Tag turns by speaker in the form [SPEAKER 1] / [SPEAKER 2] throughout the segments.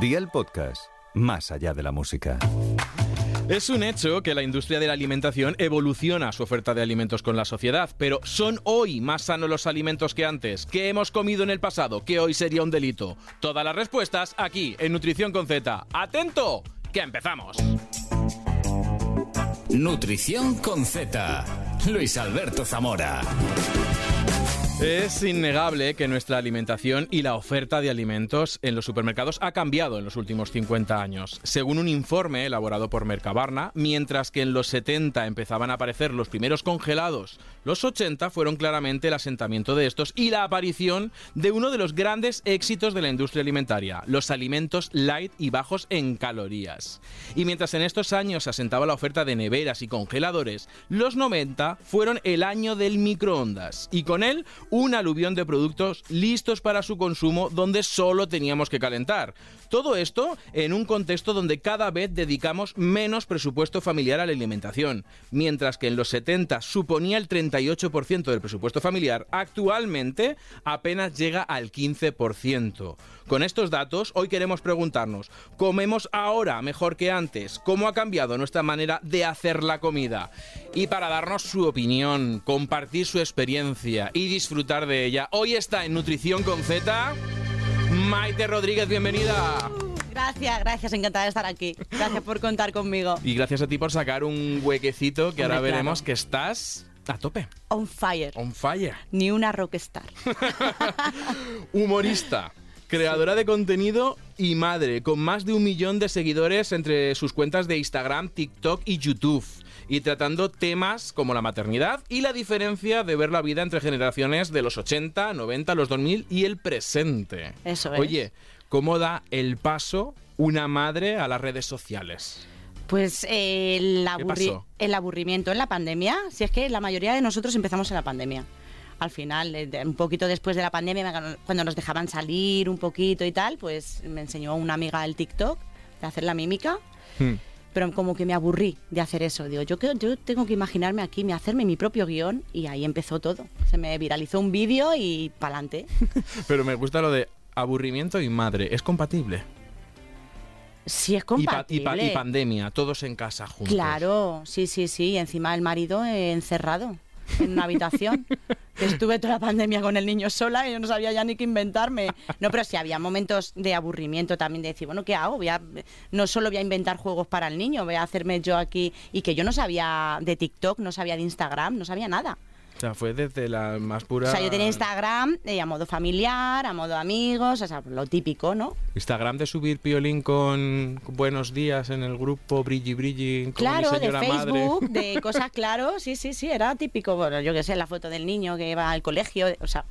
[SPEAKER 1] Día el podcast, más allá de la música.
[SPEAKER 2] Es un hecho que la industria de la alimentación evoluciona su oferta de alimentos con la sociedad, pero ¿son hoy más sanos los alimentos que antes? ¿Qué hemos comido en el pasado que hoy sería un delito? Todas las respuestas aquí, en Nutrición con Z. ¡Atento! ¡Que empezamos!
[SPEAKER 3] Nutrición con Z. Luis Alberto Zamora.
[SPEAKER 2] Es innegable que nuestra alimentación y la oferta de alimentos en los supermercados ha cambiado en los últimos 50 años. Según un informe elaborado por Mercabarna, mientras que en los 70 empezaban a aparecer los primeros congelados, los 80 fueron claramente el asentamiento de estos y la aparición de uno de los grandes éxitos de la industria alimentaria, los alimentos light y bajos en calorías. Y mientras en estos años se asentaba la oferta de neveras y congeladores, los 90 fueron el año del microondas y con él un aluvión de productos listos para su consumo donde solo teníamos que calentar. Todo esto en un contexto donde cada vez dedicamos menos presupuesto familiar a la alimentación. Mientras que en los 70 suponía el 38% del presupuesto familiar, actualmente apenas llega al 15%. Con estos datos, hoy queremos preguntarnos, ¿comemos ahora mejor que antes? ¿Cómo ha cambiado nuestra manera de hacer la comida? Y para darnos su opinión, compartir su experiencia y disfrutar disfrutar de ella. Hoy está en Nutrición con Z. Maite Rodríguez, bienvenida.
[SPEAKER 4] Gracias, gracias, encantada de estar aquí. Gracias por contar conmigo.
[SPEAKER 2] Y gracias a ti por sacar un huequecito que
[SPEAKER 4] Hombre,
[SPEAKER 2] ahora veremos
[SPEAKER 4] claro.
[SPEAKER 2] que estás a tope,
[SPEAKER 4] On fire.
[SPEAKER 2] on fire.
[SPEAKER 4] Ni una rockstar.
[SPEAKER 2] Humorista, creadora de contenido y madre, con más de un millón de seguidores entre sus cuentas de Instagram, TikTok y YouTube. Y tratando temas como la maternidad y la diferencia de ver la vida entre generaciones de los 80, 90, los 2000 y el presente.
[SPEAKER 4] Eso es.
[SPEAKER 2] Oye, ¿cómo da el paso una madre a las redes sociales?
[SPEAKER 4] Pues eh, el, aburri-
[SPEAKER 2] pasó?
[SPEAKER 4] el aburrimiento en la pandemia, si es que la mayoría de nosotros empezamos en la pandemia. Al final, eh, de- un poquito después de la pandemia, cuando nos dejaban salir un poquito y tal, pues me enseñó una amiga el TikTok de hacer la mímica. Pero como que me aburrí de hacer eso. Digo, yo, creo- yo tengo que imaginarme aquí, me hacerme mi propio guión y ahí empezó todo. Se me viralizó un vídeo y pa'lante.
[SPEAKER 2] Pero me gusta lo de aburrimiento y madre. Es compatible.
[SPEAKER 4] Sí, es
[SPEAKER 2] Y pa-
[SPEAKER 4] compatible.
[SPEAKER 2] Y, pa- y pandemia, todos en casa juntos.
[SPEAKER 4] Claro, sí, sí, sí. Y encima el marido eh, encerrado en una habitación. Que Estuve toda la pandemia con el niño sola y yo no sabía ya ni qué inventarme. No, pero sí había momentos de aburrimiento también, de decir, bueno, ¿qué hago? Voy a- no solo voy a inventar juegos para el niño, voy a hacerme yo aquí. Y que yo no sabía de TikTok, no sabía de Instagram, no sabía nada.
[SPEAKER 2] O sea, fue desde la más pura.
[SPEAKER 4] O sea, yo tenía Instagram eh, a modo familiar, a modo amigos, o sea, lo típico, ¿no?
[SPEAKER 2] Instagram de subir piolín con buenos días en el grupo Brilli Brilli. Con
[SPEAKER 4] Claro,
[SPEAKER 2] mi
[SPEAKER 4] de
[SPEAKER 2] señora
[SPEAKER 4] Facebook,
[SPEAKER 2] Madre.
[SPEAKER 4] de cosas, claro, sí, sí, sí, era típico, bueno, yo qué sé, la foto del niño que va al colegio, o sea,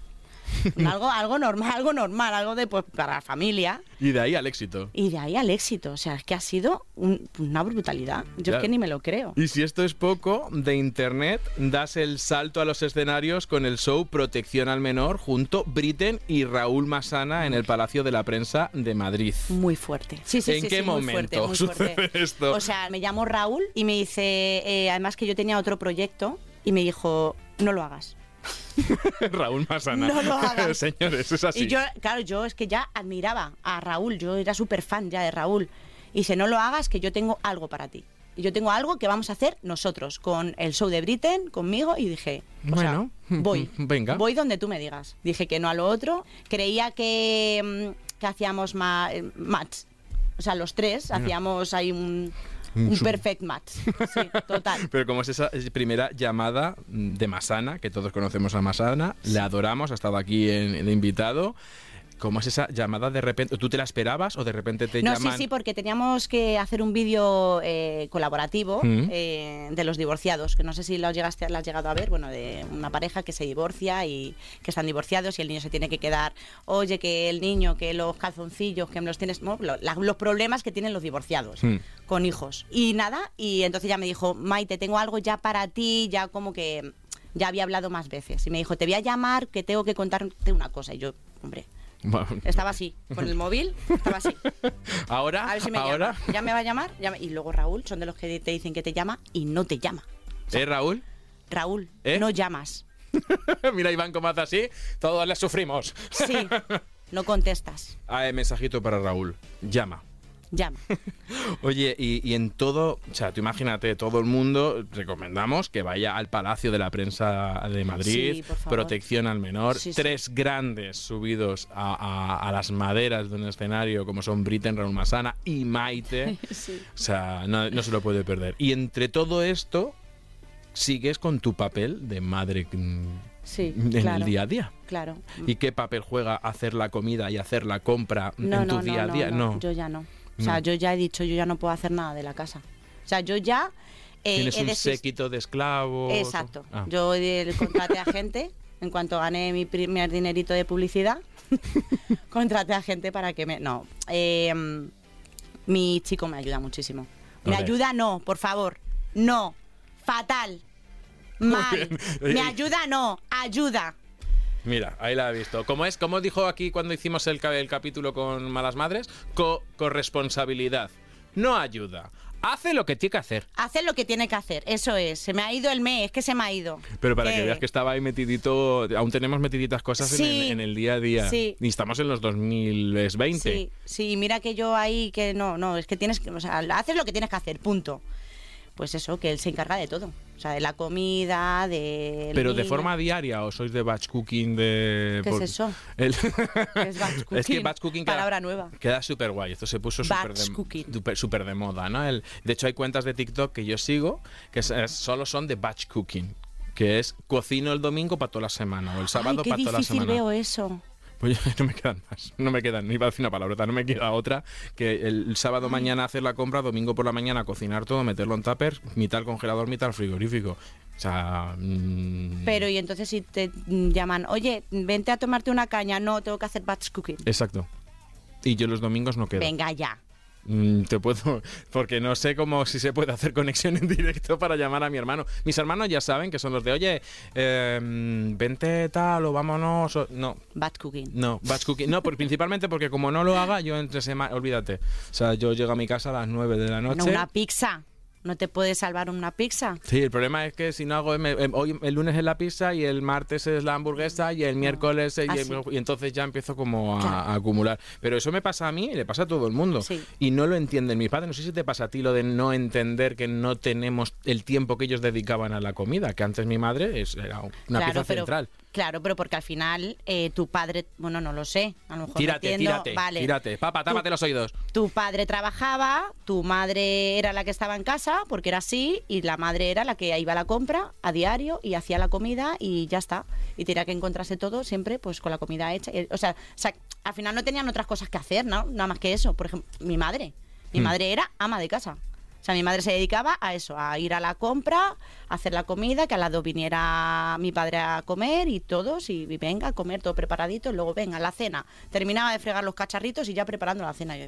[SPEAKER 4] algo, algo normal, algo normal, algo de, pues, para la familia,
[SPEAKER 2] Y de ahí al éxito.
[SPEAKER 4] y de ahí al éxito, o sea, es que ha sido un- una brutalidad, yo
[SPEAKER 2] Ya.
[SPEAKER 4] es que ni me lo creo.
[SPEAKER 2] Y si esto es poco, de internet das el salto a los escenarios con el show Protección al Menor junto Britten y Raúl Masana en el Palacio de la Prensa de Madrid.
[SPEAKER 4] Muy fuerte. Sí, sí,
[SPEAKER 2] ¿En
[SPEAKER 4] sí,
[SPEAKER 2] qué
[SPEAKER 4] sí, muy fuerte,
[SPEAKER 2] momento
[SPEAKER 4] muy fuerte.
[SPEAKER 2] sucede esto?
[SPEAKER 4] O sea, me llamó Raúl y me dice, eh, además que yo tenía otro proyecto, y me dijo, no lo hagas.
[SPEAKER 2] Raúl Masana.
[SPEAKER 4] No lo hagas.
[SPEAKER 2] Señores, es así.
[SPEAKER 4] Y yo, claro, yo es que ya admiraba a Raúl, yo era súper fan ya de Raúl. Y dice, no lo hagas, que yo tengo algo para ti. Y yo tengo algo que vamos a hacer nosotros, con el show de Britain, conmigo, y dije, o sea,
[SPEAKER 2] Bueno,
[SPEAKER 4] voy.
[SPEAKER 2] venga.
[SPEAKER 4] Voy donde tú me digas. Dije que no a lo otro. Creía que, mm, que hacíamos ma- eh, match. O sea, los tres hacíamos ahí un,
[SPEAKER 2] Un
[SPEAKER 4] un
[SPEAKER 2] sub-
[SPEAKER 4] perfect match. Sí, total.
[SPEAKER 2] Pero como es esa es primera llamada de Masana, que todos conocemos a Masana, la adoramos, ha estado aquí en, de invitado. ¿Cómo es esa llamada de repente? ¿Tú te la esperabas o de repente te
[SPEAKER 4] No, sí,
[SPEAKER 2] llaman?
[SPEAKER 4] sí, porque teníamos que hacer un vídeo eh, colaborativo
[SPEAKER 2] Mm.
[SPEAKER 4] eh, de los divorciados, que no sé si lo, llegaste, lo has llegado a ver, bueno, de una pareja que se divorcia y que están divorciados y el niño se tiene que quedar, oye, que el niño, que los calzoncillos, que los tienes, no, lo- la- los problemas que tienen los divorciados
[SPEAKER 2] Mm.
[SPEAKER 4] con hijos. Y nada, y entonces ya me dijo, Maite, tengo algo ya para ti, ya como que ya había hablado más veces. Y me dijo, te voy a llamar, que tengo que contarte una cosa. Y yo, hombre,
[SPEAKER 2] Bueno,
[SPEAKER 4] estaba así, con el móvil, estaba así.
[SPEAKER 2] ahora,
[SPEAKER 4] A ver si me
[SPEAKER 2] Ah, ahora,
[SPEAKER 4] llama. Ya me va a llamar. ya me- Y luego Raúl, son de los que te dicen que te llama y no te llama.
[SPEAKER 2] ¿eh, Raúl?
[SPEAKER 4] Raúl,
[SPEAKER 2] ¿Eh?
[SPEAKER 4] no llamas.
[SPEAKER 2] Mira, Iván, cómo hace así, todos le sufrimos.
[SPEAKER 4] Sí. no contestas,
[SPEAKER 2] Ah, eh, mensajito para Raúl. Llama.
[SPEAKER 4] llama.
[SPEAKER 2] Oye, y, y en todo, o sea, tú imagínate, todo el mundo recomendamos que vaya al Palacio de la Prensa de Madrid,
[SPEAKER 4] Sí, por favor.
[SPEAKER 2] protección al menor,
[SPEAKER 4] Sí, sí.
[SPEAKER 2] tres grandes subidos a, a- a las maderas de un escenario como son Britten, Raúl Masana y Maite. O sea, no, no se lo puede perder. Y entre todo esto, sigues con tu papel de madre mm,
[SPEAKER 4] Sí,
[SPEAKER 2] en
[SPEAKER 4] claro. Mm.
[SPEAKER 2] el día a día.
[SPEAKER 4] Claro.
[SPEAKER 2] ¿Y qué papel juega hacer la comida y hacer la compra
[SPEAKER 4] No,
[SPEAKER 2] en tu
[SPEAKER 4] no, no,
[SPEAKER 2] día a
[SPEAKER 4] no,
[SPEAKER 2] día?
[SPEAKER 4] no, yo ya no. O sea,
[SPEAKER 2] No.
[SPEAKER 4] yo ya he dicho, yo ya no puedo hacer nada de la casa. O sea, yo ya eh,
[SPEAKER 2] Tienes
[SPEAKER 4] he
[SPEAKER 2] un
[SPEAKER 4] desist-
[SPEAKER 2] séquito de esclavos.
[SPEAKER 4] Exacto.
[SPEAKER 2] Ah.
[SPEAKER 4] Yo eh, contraté a gente, en cuanto gané mi primer dinerito de publicidad, contraté a gente para que me... No, eh, mm, mi chico me ayuda muchísimo. Me
[SPEAKER 2] Vale.
[SPEAKER 4] ayuda no, por favor. No. Fatal. Mal.
[SPEAKER 2] bien.
[SPEAKER 4] Me
[SPEAKER 2] Eh,
[SPEAKER 4] ayuda no. Ayuda.
[SPEAKER 2] Mira, ahí la he visto. Como es, como dijo aquí cuando hicimos el, ca- el capítulo con Malas Madres, co- corresponsabilidad. No ayuda. Hace lo que tiene que hacer.
[SPEAKER 4] Hace lo que tiene que hacer. Eso es. Se me ha ido el mes, es que se me ha ido.
[SPEAKER 2] Pero para que
[SPEAKER 4] Eh,
[SPEAKER 2] veas que estaba ahí metidito, aún tenemos metiditas cosas en el-
[SPEAKER 4] Sí.
[SPEAKER 2] en, el día a día.
[SPEAKER 4] Sí.
[SPEAKER 2] Y estamos en los 2020.
[SPEAKER 4] Sí, sí, mira que yo ahí que no, no, es que tienes que, o sea, haces lo que tienes que hacer, punto. Pues eso, que él se encarga de todo, o sea, de la comida, de...
[SPEAKER 2] Pero de forma diaria o sois de batch cooking de...
[SPEAKER 4] ¿Qué es eso?
[SPEAKER 2] El-
[SPEAKER 4] Es batch
[SPEAKER 2] Es que
[SPEAKER 4] cooking,
[SPEAKER 2] batch cooking
[SPEAKER 4] palabra nueva.
[SPEAKER 2] Queda súper guay. Esto se puso súper
[SPEAKER 4] Batch cooking.
[SPEAKER 2] de, super de moda, ¿no? El- de hecho, hay cuentas de TikTok que yo sigo que es- es- solo son de batch cooking. Que es cocino el domingo para toda la semana o el sábado
[SPEAKER 4] Ay,
[SPEAKER 2] para
[SPEAKER 4] qué
[SPEAKER 2] toda la
[SPEAKER 4] difícil
[SPEAKER 2] semana.
[SPEAKER 4] veo eso.
[SPEAKER 2] Pues ya no me quedan más, no me quedan, ni iba a decir una palabrota, no me queda otra que el sábado mañana hacer la compra, domingo por la mañana cocinar todo, meterlo en tupper, mitad al congelador, mitad al frigorífico. O sea, mm,
[SPEAKER 4] Pero y entonces si te mm, llaman, oye, vente a tomarte una caña, no, tengo que hacer batch cooking.
[SPEAKER 2] exacto. Y yo los domingos no quedo.
[SPEAKER 4] Venga ya.
[SPEAKER 2] Mm, te puedo, porque no sé cómo si se puede hacer conexión en directo para llamar a mi hermano. Mis hermanos ya saben que son los de, oye, eh, mm, vente tal o vámonos. o-". No,
[SPEAKER 4] Batch cooking.
[SPEAKER 2] no, batch cooking. No, por- principalmente porque como no lo haga, yo entre semana, olvídate. O sea, yo llego a mi casa a las 9 de la noche.
[SPEAKER 4] No, una pizza. ¿No te puede salvar una pizza?
[SPEAKER 2] Sí, el problema es que si no hago em- em- hoy el lunes es la pizza y el martes es la hamburguesa y el miércoles es- y,
[SPEAKER 4] Ah,
[SPEAKER 2] el-
[SPEAKER 4] sí.
[SPEAKER 2] y entonces ya empiezo como a,
[SPEAKER 4] Claro.
[SPEAKER 2] a acumular. Pero eso me pasa a mí y le pasa a todo el mundo.
[SPEAKER 4] Sí.
[SPEAKER 2] Y no lo entienden mis padres. No sé si te pasa a ti lo de no entender que no tenemos el tiempo que ellos dedicaban a la comida, que antes mi madre es- era una pieza
[SPEAKER 4] pero,
[SPEAKER 2] central.
[SPEAKER 4] Claro, pero porque al final eh, tu padre, bueno, no lo sé, a lo mejor no
[SPEAKER 2] Tírate,
[SPEAKER 4] entiendo,
[SPEAKER 2] tírate,
[SPEAKER 4] vale.
[SPEAKER 2] tírate. Papá,
[SPEAKER 4] Tú-
[SPEAKER 2] tápate los oídos.
[SPEAKER 4] Tu padre trabajaba, tu madre era la que estaba en casa, porque era así, y la madre era la que iba a la compra a diario y hacía la comida y ya está. Y tenía que encontrarse todo siempre pues con la comida hecha. Eh, O sea, o sea, al final no tenían otras cosas que hacer, ¿no? Nada más que eso. Por ejemplo, mi madre. Mi madre era ama de casa. O sea, mi madre se dedicaba a eso, a ir a la compra, a hacer la comida, que al lado viniera mi padre a comer y todos, y, y venga, a comer todo preparadito, y luego venga, la cena. Terminaba de fregar los cacharritos y ya preparando la cena. Yo,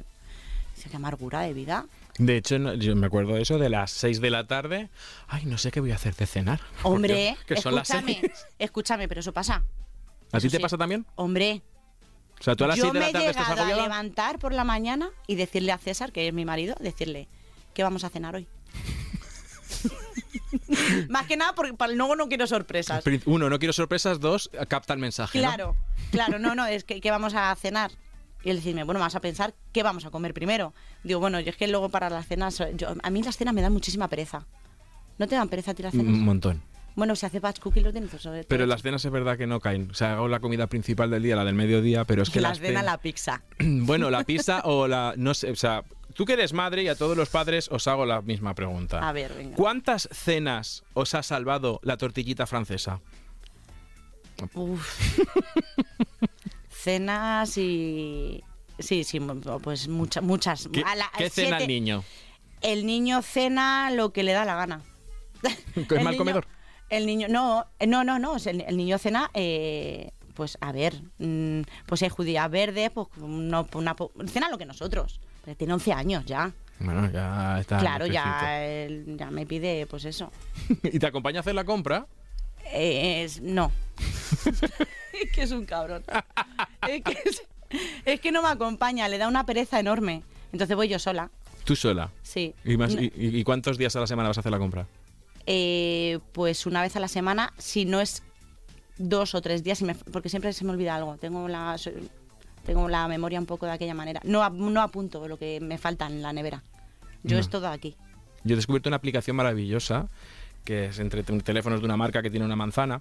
[SPEAKER 4] Dice, qué amargura de vida.
[SPEAKER 2] De hecho, no- yo me acuerdo de eso de las 6 de la tarde. Ay, no sé qué voy a hacer de cenar.
[SPEAKER 4] Hombre,
[SPEAKER 2] Porque- que son las
[SPEAKER 4] escúchame,
[SPEAKER 2] 6.
[SPEAKER 4] escúchame, pero eso pasa.
[SPEAKER 2] ¿A ti
[SPEAKER 4] Eso
[SPEAKER 2] te
[SPEAKER 4] sí.
[SPEAKER 2] pasa también?
[SPEAKER 4] Hombre,
[SPEAKER 2] O sea, tú a las 6
[SPEAKER 4] yo
[SPEAKER 2] de
[SPEAKER 4] me
[SPEAKER 2] la
[SPEAKER 4] he
[SPEAKER 2] tarde estás
[SPEAKER 4] llegado a
[SPEAKER 2] agobiada.
[SPEAKER 4] levantar por la mañana y decirle a César, que es mi marido, decirle, ¿qué vamos a cenar hoy? Más que nada porque para luego no quiero sorpresas.
[SPEAKER 2] Pri- Uno, no quiero sorpresas. Dos, capta el mensaje. ¿no?
[SPEAKER 4] Claro, claro, no, no, es que ¿qué vamos a cenar? Y él decirme, bueno, vas a pensar qué vamos a comer primero. Digo, bueno, yo es que luego para las cenas, so- yo- a mí las cenas me dan muchísima pereza. ¿No te dan pereza a ti las cenas?
[SPEAKER 2] Un montón.
[SPEAKER 4] Bueno, si hace batch cookie lo tienes todo sobre todo
[SPEAKER 2] Mm, Pero
[SPEAKER 4] hecho.
[SPEAKER 2] las cenas es verdad que no caen. O sea, hago la comida principal del día, la del mediodía, pero es que
[SPEAKER 4] las den a
[SPEAKER 2] cen-
[SPEAKER 4] la pizza.
[SPEAKER 2] Bueno, la pizza o la... No sé, o sea, tú que eres madre y a todos los padres os hago la misma pregunta.
[SPEAKER 4] A ver, venga.
[SPEAKER 2] ¿Cuántas cenas os ha salvado la tortillita francesa?
[SPEAKER 4] Uf. Cenas y. Sí, sí, mu- pues muchas, muchas.
[SPEAKER 2] ¿Qué,
[SPEAKER 4] A la-
[SPEAKER 2] qué cena el
[SPEAKER 4] siete-
[SPEAKER 2] niño?
[SPEAKER 4] El niño cena lo que le da la gana.
[SPEAKER 2] ¿Es
[SPEAKER 4] El
[SPEAKER 2] mal
[SPEAKER 4] niño-
[SPEAKER 2] comedor?
[SPEAKER 4] El niño, no, eh, no, no, no. o sea, El, el niño cena, eh, pues a ver, mm, pues hay judías verdes, pues no, pues una, po- cena lo que nosotros. Pero tiene 11 años ya.
[SPEAKER 2] Bueno, ya está.
[SPEAKER 4] claro,
[SPEAKER 2] creciente.
[SPEAKER 4] ya, él- ya me pide, pues eso.
[SPEAKER 2] ¿Y te acompaña a hacer la compra?
[SPEAKER 4] Eh, es- no. es que es un cabrón. Es que, es- es que no me acompaña, le da una pereza enorme. Entonces voy yo sola,
[SPEAKER 2] Tú sola.
[SPEAKER 4] sí.
[SPEAKER 2] ¿Y, más-
[SPEAKER 4] No,
[SPEAKER 2] y- y- y cuántos días a la semana vas a hacer la compra?
[SPEAKER 4] eh, pues una vez a la semana, si no es dos o tres días, si me- porque siempre se me olvida algo. Tengo la... soy- Tengo la memoria un poco de aquella manera. No, ap- no apunto lo que me falta en la nevera. Yo
[SPEAKER 2] No.
[SPEAKER 4] es todo aquí.
[SPEAKER 2] Yo he descubierto una aplicación maravillosa que es entre te- teléfonos de una marca que tiene una manzana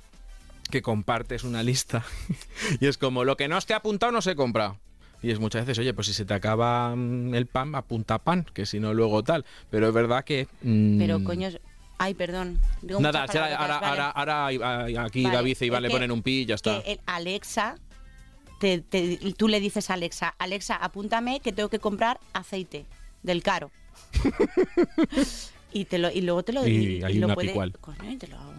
[SPEAKER 2] que compartes una lista y es como lo que no esté apuntado no se compra. Y es muchas veces, oye, pues si se te acaba mm, el pan, apunta pan, que si no luego tal. Pero es verdad que... mm,
[SPEAKER 4] Pero coño, es- ay, perdón. Digo
[SPEAKER 2] Nada,
[SPEAKER 4] muchas
[SPEAKER 2] ahora, ahora,
[SPEAKER 4] palabrotas, vale.
[SPEAKER 2] ahora- ahora aquí
[SPEAKER 4] Vale,
[SPEAKER 2] David e Iván
[SPEAKER 4] es
[SPEAKER 2] le
[SPEAKER 4] que-
[SPEAKER 2] ponen un pi y ya está.
[SPEAKER 4] que el Alexa, te- te- tú le dices a Alexa, Alexa, apúntame que tengo que comprar aceite del caro. y, te lo, y luego te lo
[SPEAKER 2] Y
[SPEAKER 4] y- y
[SPEAKER 2] hay
[SPEAKER 4] lo
[SPEAKER 2] una
[SPEAKER 4] puede-
[SPEAKER 2] picual.
[SPEAKER 4] Coño, y te lo hago.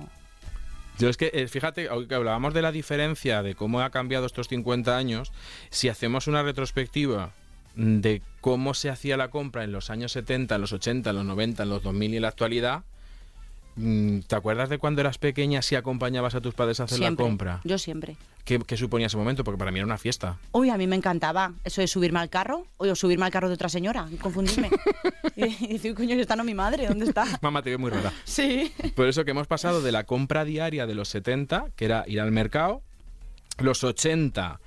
[SPEAKER 2] Yo es que, eh, fíjate, hoy que hablábamos de la diferencia de cómo ha cambiado estos 50 años, si hacemos una retrospectiva de cómo se hacía la compra en los años 70, en los 80, en los 90, en los 2000 y en la actualidad, mm, ¿te acuerdas de cuando eras pequeña si acompañabas a tus padres a hacer
[SPEAKER 4] Siempre.
[SPEAKER 2] la compra?
[SPEAKER 4] Yo siempre.
[SPEAKER 2] ¿Qué, qué suponía ese momento? Porque para mí era una fiesta.
[SPEAKER 4] Uy, a mí me encantaba eso de subirme al carro o subirme al carro de otra señora y confundirme. y decir, coño, esta no es mi madre, ¿dónde está?
[SPEAKER 2] Mamá, te veo muy rara.
[SPEAKER 4] Sí.
[SPEAKER 2] Por eso que hemos pasado de la compra diaria de los 70, que era ir al mercado, los 80,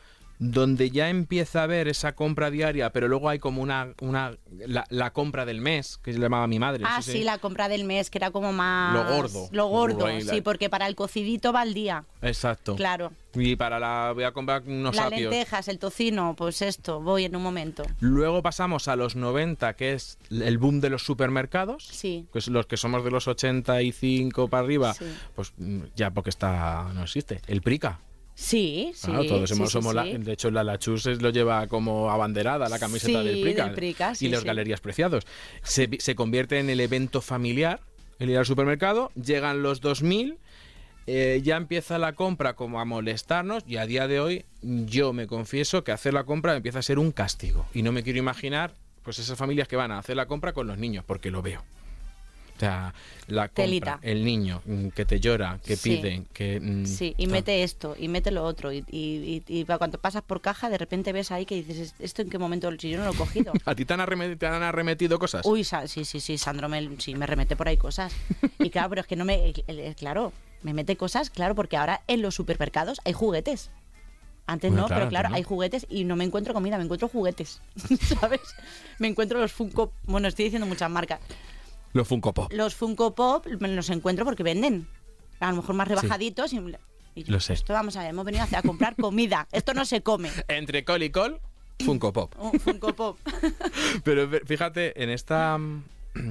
[SPEAKER 2] donde ya empieza a haber esa compra diaria, pero luego hay como una, una la, la compra del mes, que se llamaba mi madre.
[SPEAKER 4] Ah,
[SPEAKER 2] eso
[SPEAKER 4] sí, la compra del mes, que era como más...
[SPEAKER 2] Lo gordo.
[SPEAKER 4] Lo gordo,
[SPEAKER 2] Ahí la-
[SPEAKER 4] sí, porque para el cocidito va al día.
[SPEAKER 2] Exacto.
[SPEAKER 4] Claro.
[SPEAKER 2] Y para la... voy a comprar unos
[SPEAKER 4] Las
[SPEAKER 2] apios.
[SPEAKER 4] lentejas, el tocino, pues esto, voy en un momento.
[SPEAKER 2] Luego pasamos a los 90, que es el boom de los supermercados.
[SPEAKER 4] Sí.
[SPEAKER 2] Pues los que somos de los 85 para arriba,
[SPEAKER 4] Sí.
[SPEAKER 2] pues mm, ya porque está no existe. El prica.
[SPEAKER 4] Sí, sí.
[SPEAKER 2] Claro, todos
[SPEAKER 4] sí,
[SPEAKER 2] hemos-
[SPEAKER 4] sí,
[SPEAKER 2] somos la-
[SPEAKER 4] sí.
[SPEAKER 2] de hecho la Lachus es- lo lleva como abanderada la camiseta
[SPEAKER 4] Sí,
[SPEAKER 2] del Prica,
[SPEAKER 4] del Prica, sí,
[SPEAKER 2] y los
[SPEAKER 4] sí.
[SPEAKER 2] galerías preciados. Se, vi- se convierte en el evento familiar, el ir al supermercado, llegan los 2000, eh, ya empieza la compra como a molestarnos y a día de hoy yo me confieso que hacer la compra empieza a ser un castigo y no me quiero imaginar pues esas familias que van a hacer la compra con los niños porque lo veo. O sea, la compra,
[SPEAKER 4] Telita.
[SPEAKER 2] el niño mm, que te llora, que
[SPEAKER 4] Sí.
[SPEAKER 2] pide, que... mm,
[SPEAKER 4] Sí, y
[SPEAKER 2] tal.
[SPEAKER 4] mete esto, y mete lo otro, y, y, y- y cuando pasas por caja de repente ves ahí que dices, ¿esto en qué momento? Si yo no lo he cogido.
[SPEAKER 2] ¿A ti te han, arremetido, te han arremetido cosas?
[SPEAKER 4] Uy, sa- sí, sí, sí, Sandro me, sí, me remete por ahí cosas. Y claro, pero es que no me... el- el- Claro, me mete cosas, claro, porque ahora en los supermercados hay juguetes. Antes
[SPEAKER 2] Bueno,
[SPEAKER 4] no,
[SPEAKER 2] claro,
[SPEAKER 4] pero claro,
[SPEAKER 2] antes no.
[SPEAKER 4] hay juguetes y no me encuentro comida, me encuentro juguetes, ¿sabes? Me encuentro los Funko... Bueno, estoy diciendo muchas marcas.
[SPEAKER 2] Los Funko Pop.
[SPEAKER 4] Los Funko Pop me los encuentro porque venden. A lo mejor más rebajaditos y... y yo,
[SPEAKER 2] Lo sé.
[SPEAKER 4] Esto vamos a ver, hemos venido a, a comprar comida. Esto no se come.
[SPEAKER 2] Entre col y col, Funko Pop.
[SPEAKER 4] Un Funko Pop.
[SPEAKER 2] Pero ve- fíjate, en esta... mm,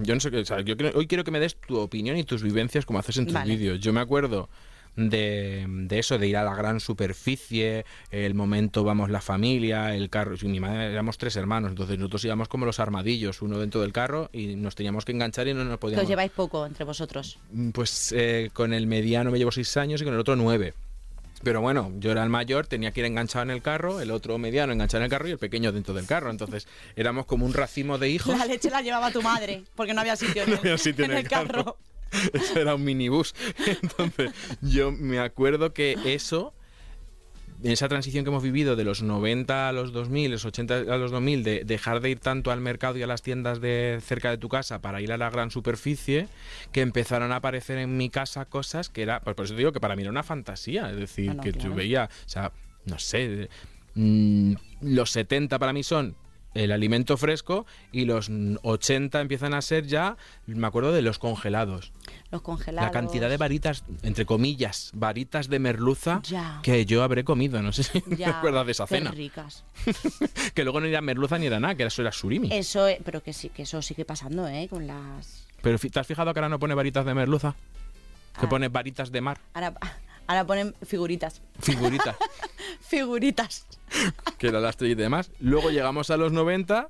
[SPEAKER 2] Yo no sé qué... o sea, yo creo- hoy quiero que me des tu opinión y tus vivencias como haces en tus
[SPEAKER 4] Vale.
[SPEAKER 2] vídeos. Yo me acuerdo de, de eso, de ir a la gran superficie, el momento vamos la familia, el carro... y mi madre éramos tres hermanos, entonces nosotros íbamos como los armadillos, uno dentro del carro y nos teníamos que enganchar y no nos
[SPEAKER 4] Que
[SPEAKER 2] podíamos...
[SPEAKER 4] os lleváis poco entre vosotros.
[SPEAKER 2] Mm, Pues eh, con el mediano me llevo seis años y con el otro nueve. Pero bueno, yo era el mayor, tenía que ir enganchado en el carro, el otro mediano enganchado en el carro y el pequeño dentro del carro. Entonces éramos como un racimo de hijos.
[SPEAKER 4] La leche la llevaba tu madre, porque no había sitio en el,
[SPEAKER 2] No había sitio
[SPEAKER 4] en el carro.
[SPEAKER 2] Eso era un minibús. Entonces, yo me acuerdo que eso, esa transición que hemos vivido de los 90 a los 2000, los 80 a los 2000, de dejar de ir tanto al mercado y a las tiendas de cerca de tu casa para ir a la gran superficie, que empezaron a aparecer en mi casa cosas que era, pues por eso te digo que para mí era una fantasía, es decir,
[SPEAKER 4] Ah, No, no,
[SPEAKER 2] que yo
[SPEAKER 4] claro.
[SPEAKER 2] veía, o sea, no sé, mm, los 70 para mí son el alimento fresco y los 80 empiezan a ser ya, me acuerdo de los congelados.
[SPEAKER 4] Los congelados.
[SPEAKER 2] La cantidad de varitas, entre comillas, varitas de merluza
[SPEAKER 4] Ya.
[SPEAKER 2] que yo habré comido. No sé si te
[SPEAKER 4] Ya,
[SPEAKER 2] acuerdas de esa
[SPEAKER 4] qué
[SPEAKER 2] cena.
[SPEAKER 4] ricas.
[SPEAKER 2] Que luego no era merluza ni era nada, que eso era surimi.
[SPEAKER 4] Eso, eh, pero que sí, que eso sigue pasando, ¿eh? Con las.
[SPEAKER 2] Pero fi- ¿te has fijado que ahora no pone varitas de merluza? Que
[SPEAKER 4] Ah.
[SPEAKER 2] pone varitas de mar,
[SPEAKER 4] Ahora, ahora ponen figuritas.
[SPEAKER 2] figuritas,
[SPEAKER 4] Figuritas.
[SPEAKER 2] que era las tres y demás. Luego llegamos a los 90,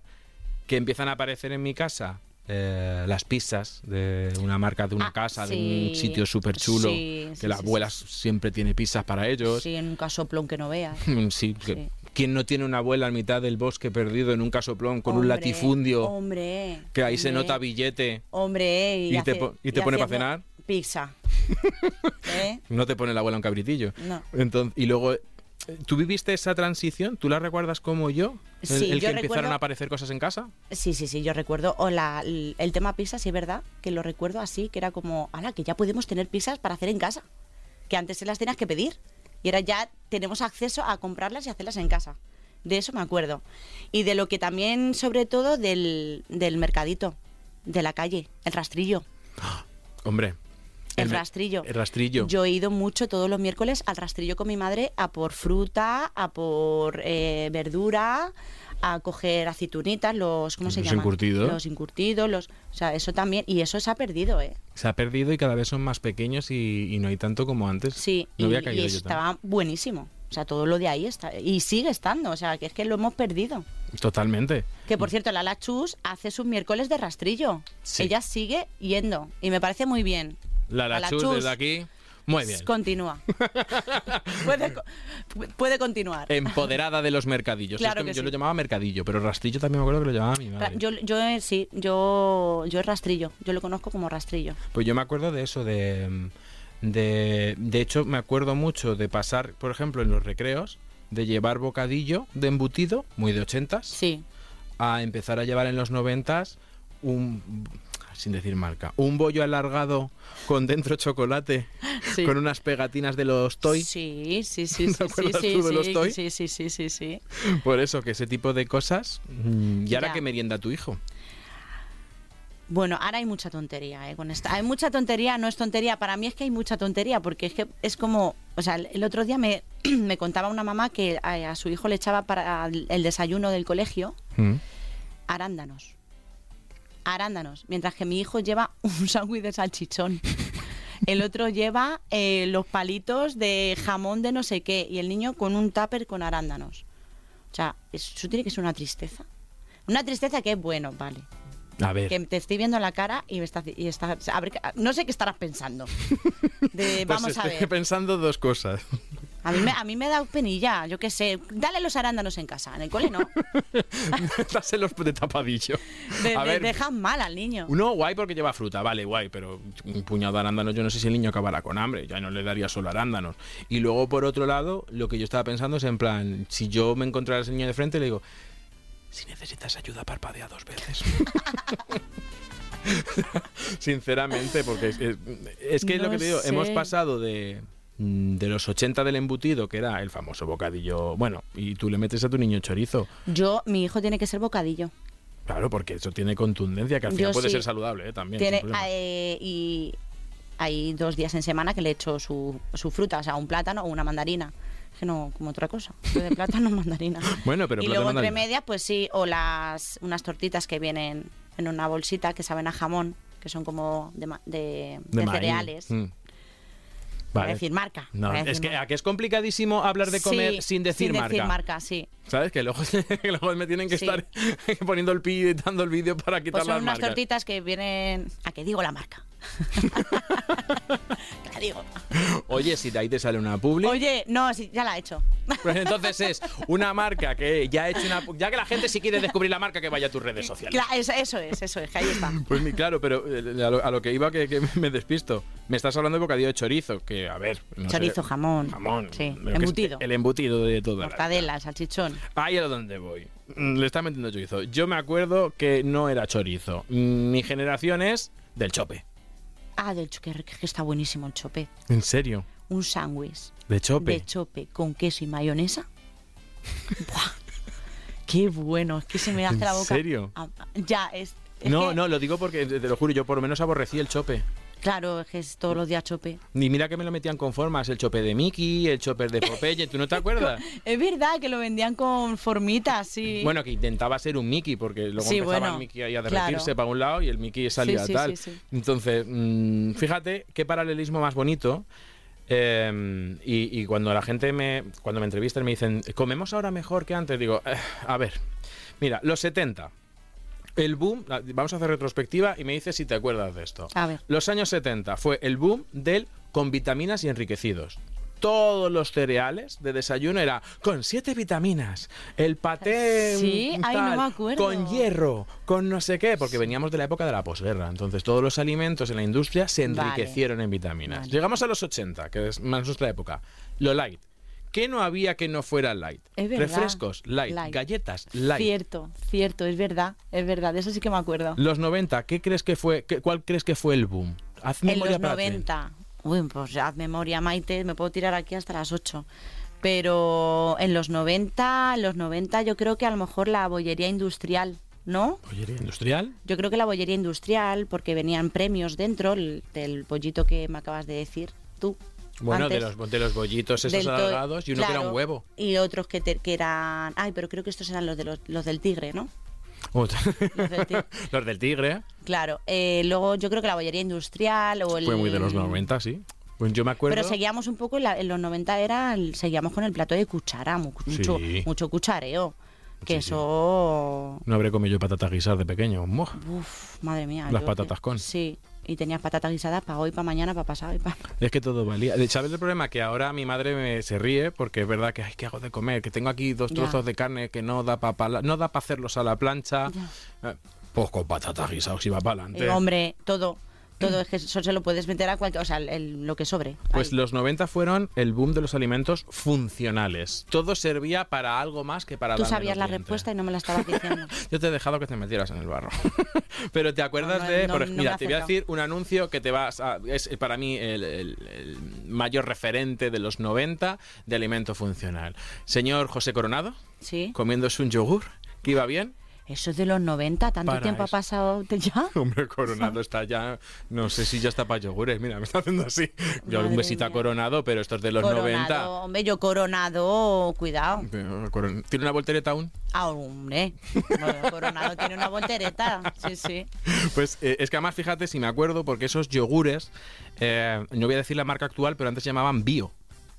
[SPEAKER 2] que empiezan a aparecer en mi casa eh, las pizzas de una marca, de una
[SPEAKER 4] Ah,
[SPEAKER 2] casa, de un
[SPEAKER 4] sí.
[SPEAKER 2] sitio súper chulo,
[SPEAKER 4] Sí,
[SPEAKER 2] que
[SPEAKER 4] sí,
[SPEAKER 2] la
[SPEAKER 4] sí,
[SPEAKER 2] abuela siempre tiene pizzas para ellos.
[SPEAKER 4] Sí, en un casoplón que no veas.
[SPEAKER 2] Mm, Sí, que-
[SPEAKER 4] Sí.
[SPEAKER 2] ¿quién no tiene una abuela en mitad del bosque perdido en un casoplón con un
[SPEAKER 4] Hombre,
[SPEAKER 2] latifundio
[SPEAKER 4] Hombre.
[SPEAKER 2] que ahí se
[SPEAKER 4] hombre,
[SPEAKER 2] nota billete?
[SPEAKER 4] Hombre, y,
[SPEAKER 2] Y te
[SPEAKER 4] hace-
[SPEAKER 2] po- y te pone pa'
[SPEAKER 4] haciendo
[SPEAKER 2] cenar.
[SPEAKER 4] Pizza. ¿Eh?
[SPEAKER 2] No te pone la abuela un cabritillo.
[SPEAKER 4] No.
[SPEAKER 2] Entonces, y luego, eh, ¿tú viviste esa transición? ¿Tú la recuerdas como yo? El,
[SPEAKER 4] Sí,
[SPEAKER 2] el que
[SPEAKER 4] yo
[SPEAKER 2] empezaron
[SPEAKER 4] recuerdo-
[SPEAKER 2] a aparecer cosas en casa.
[SPEAKER 4] Sí, sí, sí, yo recuerdo. O la- el el tema pizza, sí, es verdad, que lo recuerdo así, que era como, ala, que ya podemos tener pizzas para hacer en casa. Que antes se las tenías que pedir. Y ahora ya tenemos acceso a comprarlas y hacerlas en casa. De eso me acuerdo. Y de lo que también, sobre todo, del, del mercadito, de la calle, el rastrillo.
[SPEAKER 2] Hombre.
[SPEAKER 4] El,
[SPEAKER 2] me-
[SPEAKER 4] rastrillo.
[SPEAKER 2] El rastrillo.
[SPEAKER 4] Yo he ido mucho todos los miércoles al rastrillo con mi madre a por fruta, a por eh, verdura, a coger aceitunitas, los ¿cómo se
[SPEAKER 2] Los
[SPEAKER 4] llaman?
[SPEAKER 2] encurtidos.
[SPEAKER 4] Los encurtidos, los, o sea, eso también y eso se ha perdido, ¿eh?
[SPEAKER 2] Se ha perdido y cada vez son más pequeños y, y no hay tanto como antes.
[SPEAKER 4] Sí,
[SPEAKER 2] No
[SPEAKER 4] y,
[SPEAKER 2] había caído
[SPEAKER 4] y
[SPEAKER 2] yo
[SPEAKER 4] estaba buenísimo. O sea, todo lo de ahí está y sigue estando, o sea, que es que lo hemos perdido.
[SPEAKER 2] tan- Totalmente.
[SPEAKER 4] Que por cierto, la Lachus hace sus miércoles de rastrillo.
[SPEAKER 2] Mm. Sí.
[SPEAKER 4] Ella sigue yendo y me parece muy bien.
[SPEAKER 2] La
[SPEAKER 4] La
[SPEAKER 2] Lachus
[SPEAKER 4] Lachus.
[SPEAKER 2] desde aquí. Muy bien.
[SPEAKER 4] Continúa. puede, co- puede continuar.
[SPEAKER 2] Empoderada de los mercadillos.
[SPEAKER 4] Claro
[SPEAKER 2] Esto
[SPEAKER 4] que
[SPEAKER 2] yo
[SPEAKER 4] sí.
[SPEAKER 2] lo llamaba mercadillo, pero rastrillo también me acuerdo que lo llamaba mi
[SPEAKER 4] Ra-
[SPEAKER 2] madre.
[SPEAKER 4] Yo, yo eh, sí, yo, yo es rastrillo, yo lo conozco como rastrillo.
[SPEAKER 2] Pues yo me acuerdo de eso, de, de... De hecho, me acuerdo mucho de pasar, por ejemplo, en los recreos, de llevar bocadillo de embutido, muy de ochentas,
[SPEAKER 4] Sí,
[SPEAKER 2] a empezar a llevar en los noventas un... Sin decir marca. Un bollo alargado con dentro chocolate,
[SPEAKER 4] Sí.
[SPEAKER 2] con unas pegatinas de los toy.
[SPEAKER 4] sí, sí, sí, sí,
[SPEAKER 2] ¿Te acuerdas
[SPEAKER 4] sí,
[SPEAKER 2] tú de los
[SPEAKER 4] sí,
[SPEAKER 2] Toy?
[SPEAKER 4] sí, sí, sí, sí, sí.
[SPEAKER 2] Por eso, que ese tipo de cosas... mm, ¿Y ahora
[SPEAKER 4] Ya.
[SPEAKER 2] qué merienda tu hijo?
[SPEAKER 4] Bueno, ahora hay mucha tontería, eh, con esta. Hay mucha tontería, no es tontería. Para mí es que hay mucha tontería, porque es que es como, o sea, el, el otro día me, me contaba una mamá que a, a su hijo le echaba para el el desayuno del colegio arándanos. Arándanos. Mientras que mi hijo lleva un sándwich de salchichón. El otro lleva eh, los palitos de jamón de no sé qué. Y el niño con un tupper con arándanos. O sea, eso tiene que ser una tristeza. Una tristeza que es bueno, vale.
[SPEAKER 2] A ver.
[SPEAKER 4] Que te estoy viendo la cara y me estás. Y estás a ver, no sé qué estarás pensando. De,
[SPEAKER 2] Pues
[SPEAKER 4] vamos a
[SPEAKER 2] estoy
[SPEAKER 4] ver.
[SPEAKER 2] pensando dos cosas.
[SPEAKER 4] A mí, me, a mí me da penilla, yo qué sé. Dale los arándanos en casa, en el cole no.
[SPEAKER 2] Dáselos de tapadillo.
[SPEAKER 4] De,
[SPEAKER 2] a
[SPEAKER 4] de-
[SPEAKER 2] ver,
[SPEAKER 4] dejas mal al niño.
[SPEAKER 2] uno guay porque lleva fruta, vale, guay, pero un puñado de arándanos, yo no sé si el niño acabará con hambre, ya no le daría solo arándanos. Y luego, por otro lado, lo que yo estaba pensando es en plan, si yo me encontrara ese niño de frente, le digo, si necesitas ayuda, parpadea dos veces. Sinceramente, porque es, es- es que es lo
[SPEAKER 4] No
[SPEAKER 2] que te digo,
[SPEAKER 4] sé.
[SPEAKER 2] hemos pasado de, mm, de los 80 del embutido, que era el famoso bocadillo, bueno, y tú le metes a tu niño chorizo.
[SPEAKER 4] Yo, mi hijo tiene que ser bocadillo.
[SPEAKER 2] Claro, porque eso tiene contundencia, que al final
[SPEAKER 4] Yo
[SPEAKER 2] puede
[SPEAKER 4] sí.
[SPEAKER 2] ser saludable ¿eh? también.
[SPEAKER 4] Tiene,
[SPEAKER 2] sin problema.
[SPEAKER 4] eh, y hay dos días en semana que le echo su, su fruta, o sea, un plátano o una mandarina. Que no, como otra cosa. Yo de plátano, mandarina.
[SPEAKER 2] Bueno, pero
[SPEAKER 4] Y
[SPEAKER 2] plátano,
[SPEAKER 4] luego entre
[SPEAKER 2] mandarina.
[SPEAKER 4] medias, pues sí, o las unas tortitas que vienen en una bolsita que saben a jamón, que son como de, ma- de- de
[SPEAKER 2] maíz.
[SPEAKER 4] cereales.
[SPEAKER 2] Mm.
[SPEAKER 4] Para
[SPEAKER 2] Vale.
[SPEAKER 4] decir marca.
[SPEAKER 2] No,
[SPEAKER 4] para decir
[SPEAKER 2] es que,
[SPEAKER 4] marca.
[SPEAKER 2] a que es complicadísimo hablar de comer
[SPEAKER 4] Sí,
[SPEAKER 2] sin decir marca.
[SPEAKER 4] sí. Pues
[SPEAKER 2] ¿Sabes? Que luego, que luego me tienen que
[SPEAKER 4] Sí.
[SPEAKER 2] estar poniendo el pi y editando el vídeo para quitar
[SPEAKER 4] Pues son
[SPEAKER 2] las
[SPEAKER 4] unas
[SPEAKER 2] marcas.
[SPEAKER 4] tortitas que vienen. ¿A que digo la marca? la digo.
[SPEAKER 2] Oye, si de ahí te sale una publi,
[SPEAKER 4] Oye, no, sí, ya la he hecho.
[SPEAKER 2] pues entonces es una marca que ya ha hecho una... pu- Ya que la gente si quiere descubrir la marca, que vaya a tus redes sociales.
[SPEAKER 4] Cla- eso, eso es, eso es, que ahí está.
[SPEAKER 2] Pues mi- claro, pero eh, a lo, a lo que iba que, que me despisto. Me estás hablando de bocadillo de chorizo, que a ver... no sé.
[SPEAKER 4] Chorizo, jamón.
[SPEAKER 2] Jamón.
[SPEAKER 4] Sí,
[SPEAKER 2] lo que es
[SPEAKER 4] embutido.
[SPEAKER 2] el embutido de toda la vida.
[SPEAKER 4] Mortadela, salchichón.
[SPEAKER 2] Ahí es donde voy. Mm, Le está metiendo chorizo. Yo me acuerdo que no era chorizo. Mm, Mi generación es del chope.
[SPEAKER 4] Ah, del choque, que que está buenísimo el chope.
[SPEAKER 2] ¿En serio?
[SPEAKER 4] Un sándwich
[SPEAKER 2] ¿De chope?
[SPEAKER 4] de chope con queso y mayonesa. Buah, qué bueno, es que se me hace
[SPEAKER 2] ¿En
[SPEAKER 4] la boca.
[SPEAKER 2] serio?
[SPEAKER 4] Ah, Ya, es. es
[SPEAKER 2] no,
[SPEAKER 4] que-
[SPEAKER 2] no, lo digo porque, te lo juro, yo por lo menos aborrecí el chope.
[SPEAKER 4] Claro, es que es todos los días chope.
[SPEAKER 2] Ni mira que me lo metían con formas. El chope de Mickey, el chope de Popeye. ¿Tú no te acuerdas?
[SPEAKER 4] Es verdad que lo vendían con formitas, sí.
[SPEAKER 2] Bueno, que intentaba ser un Mickey, porque luego
[SPEAKER 4] Sí,
[SPEAKER 2] empezaba
[SPEAKER 4] bueno,
[SPEAKER 2] el Mickey ahí a
[SPEAKER 4] claro.
[SPEAKER 2] derretirse para un lado y el Mickey salía
[SPEAKER 4] Sí, sí,
[SPEAKER 2] tal.
[SPEAKER 4] sí, sí.
[SPEAKER 2] Entonces, mm, fíjate qué paralelismo más bonito. Eh, y, y cuando la gente me cuando me entrevistan me dicen, ¿comemos ahora mejor que antes? Digo, "Eh, a ver, mira, los 70. El boom, la- vamos a hacer retrospectiva y me dices si te acuerdas de esto.
[SPEAKER 4] A ver.
[SPEAKER 2] Los años 70 fue el boom del con vitaminas y enriquecidos. Todos los cereales de desayuno era con siete vitaminas, el paté
[SPEAKER 4] Sí,
[SPEAKER 2] mm,
[SPEAKER 4] ay, no
[SPEAKER 2] tal,
[SPEAKER 4] me acuerdo.
[SPEAKER 2] con hierro, con no sé qué, porque veníamos de la época de la posguerra. Entonces todos los alimentos en la industria se
[SPEAKER 4] Vale.
[SPEAKER 2] enriquecieron en vitaminas.
[SPEAKER 4] Vale.
[SPEAKER 2] Llegamos a los 80, que es más nuestra época. Lo light. ¿Qué no había que no fuera light?
[SPEAKER 4] Es verdad.
[SPEAKER 2] Refrescos, light.
[SPEAKER 4] Light.
[SPEAKER 2] Galletas, light.
[SPEAKER 4] Cierto, cierto, es verdad, es verdad, de eso sí que me acuerdo.
[SPEAKER 2] Los 90, ¿qué crees que fue, qué- ¿cuál crees que fue el boom? Haz
[SPEAKER 4] En
[SPEAKER 2] memoria
[SPEAKER 4] los
[SPEAKER 2] para ti.
[SPEAKER 4] 90. Uy, pues haz memoria, Maite, me puedo tirar aquí hasta las 8. Pero en los 90, en los 90 yo creo que a lo mejor la bollería industrial, ¿no?
[SPEAKER 2] Bollería industrial.
[SPEAKER 4] Yo creo que la bollería industrial, porque venían premios dentro el- del pollito que me acabas de decir tú.
[SPEAKER 2] Bueno,
[SPEAKER 4] antes.
[SPEAKER 2] de los, de los bollitos esos
[SPEAKER 4] Del to-
[SPEAKER 2] alargados y uno que era un
[SPEAKER 4] claro,
[SPEAKER 2] huevo.
[SPEAKER 4] Y otros que, te- que eran. Ay, pero creo que estos eran los, de los, los del tigre, ¿no?
[SPEAKER 2] Otra-
[SPEAKER 4] Los del tigre.
[SPEAKER 2] los del tigre.
[SPEAKER 4] Claro. eh, luego yo creo que la bollería industrial o el.
[SPEAKER 2] Fue muy de los 90, sí. Pues yo me acuerdo.
[SPEAKER 4] Pero seguíamos un poco, en, la- en los 90 era, el- seguíamos con el plato de cuchara, mu- mucho,
[SPEAKER 2] Sí.
[SPEAKER 4] mucho cuchareo. Que eso.
[SPEAKER 2] No habré comido yo patatas guisar de pequeño. Muah.
[SPEAKER 4] Uf, madre mía.
[SPEAKER 2] Las
[SPEAKER 4] yo-
[SPEAKER 2] patatas con.
[SPEAKER 4] Sí. Y tenías patatas guisadas para hoy, para mañana, para pasado y para.
[SPEAKER 2] Es que todo valía. Eh, ¿Sabes el problema? Que ahora mi madre me, se ríe porque es verdad que, ay, ¿qué hago de comer? Que tengo aquí dos
[SPEAKER 4] Ya.
[SPEAKER 2] trozos de carne que no da para no da para hacerlos a la plancha. Eh, Pues con patatas guisados y va para adelante.
[SPEAKER 4] Eh, hombre, todo. Todo es que eso se lo puedes meter a cualquier. O sea, el- lo que sobre.
[SPEAKER 2] Pues
[SPEAKER 4] Ahí.
[SPEAKER 2] los 90 fueron el boom de los alimentos funcionales. Todo servía para algo más que para
[SPEAKER 4] Tú
[SPEAKER 2] darme
[SPEAKER 4] sabías la
[SPEAKER 2] nutrientes.
[SPEAKER 4] respuesta y no me la estabas diciendo.
[SPEAKER 2] Yo te he dejado que te metieras en el barro. Pero te acuerdas
[SPEAKER 4] No, no,
[SPEAKER 2] de.
[SPEAKER 4] no,
[SPEAKER 2] por
[SPEAKER 4] no
[SPEAKER 2] ej-
[SPEAKER 4] me
[SPEAKER 2] mira,
[SPEAKER 4] ha
[SPEAKER 2] te voy a
[SPEAKER 4] acercado.
[SPEAKER 2] decir un anuncio que te vas a- es eh, para mí el, el- el mayor referente de los 90 de alimento funcional. Señor José Coronado,
[SPEAKER 4] Sí.
[SPEAKER 2] comiéndose un yogur, que iba bien.
[SPEAKER 4] Eso es de los 90, tanto
[SPEAKER 2] Para
[SPEAKER 4] tiempo
[SPEAKER 2] eso.
[SPEAKER 4] ha pasado de ya.
[SPEAKER 2] Hombre, Coronado está ya. No sé si ya está para yogures. Mira, me está haciendo así. Yo un
[SPEAKER 4] Madre
[SPEAKER 2] besito a
[SPEAKER 4] mía.
[SPEAKER 2] Coronado, pero esto es de los
[SPEAKER 4] coronado,
[SPEAKER 2] 90.
[SPEAKER 4] hombre, yo coronado, cuidado.
[SPEAKER 2] Pero, Coron- ¿Tiene una voltereta aún?
[SPEAKER 4] Ah, hombre. Bueno, coronado tiene una voltereta. Sí, sí.
[SPEAKER 2] Pues eh, es que además, fíjate, si me acuerdo, porque esos yogures, eh, no voy a decir la marca actual, pero antes se llamaban bio.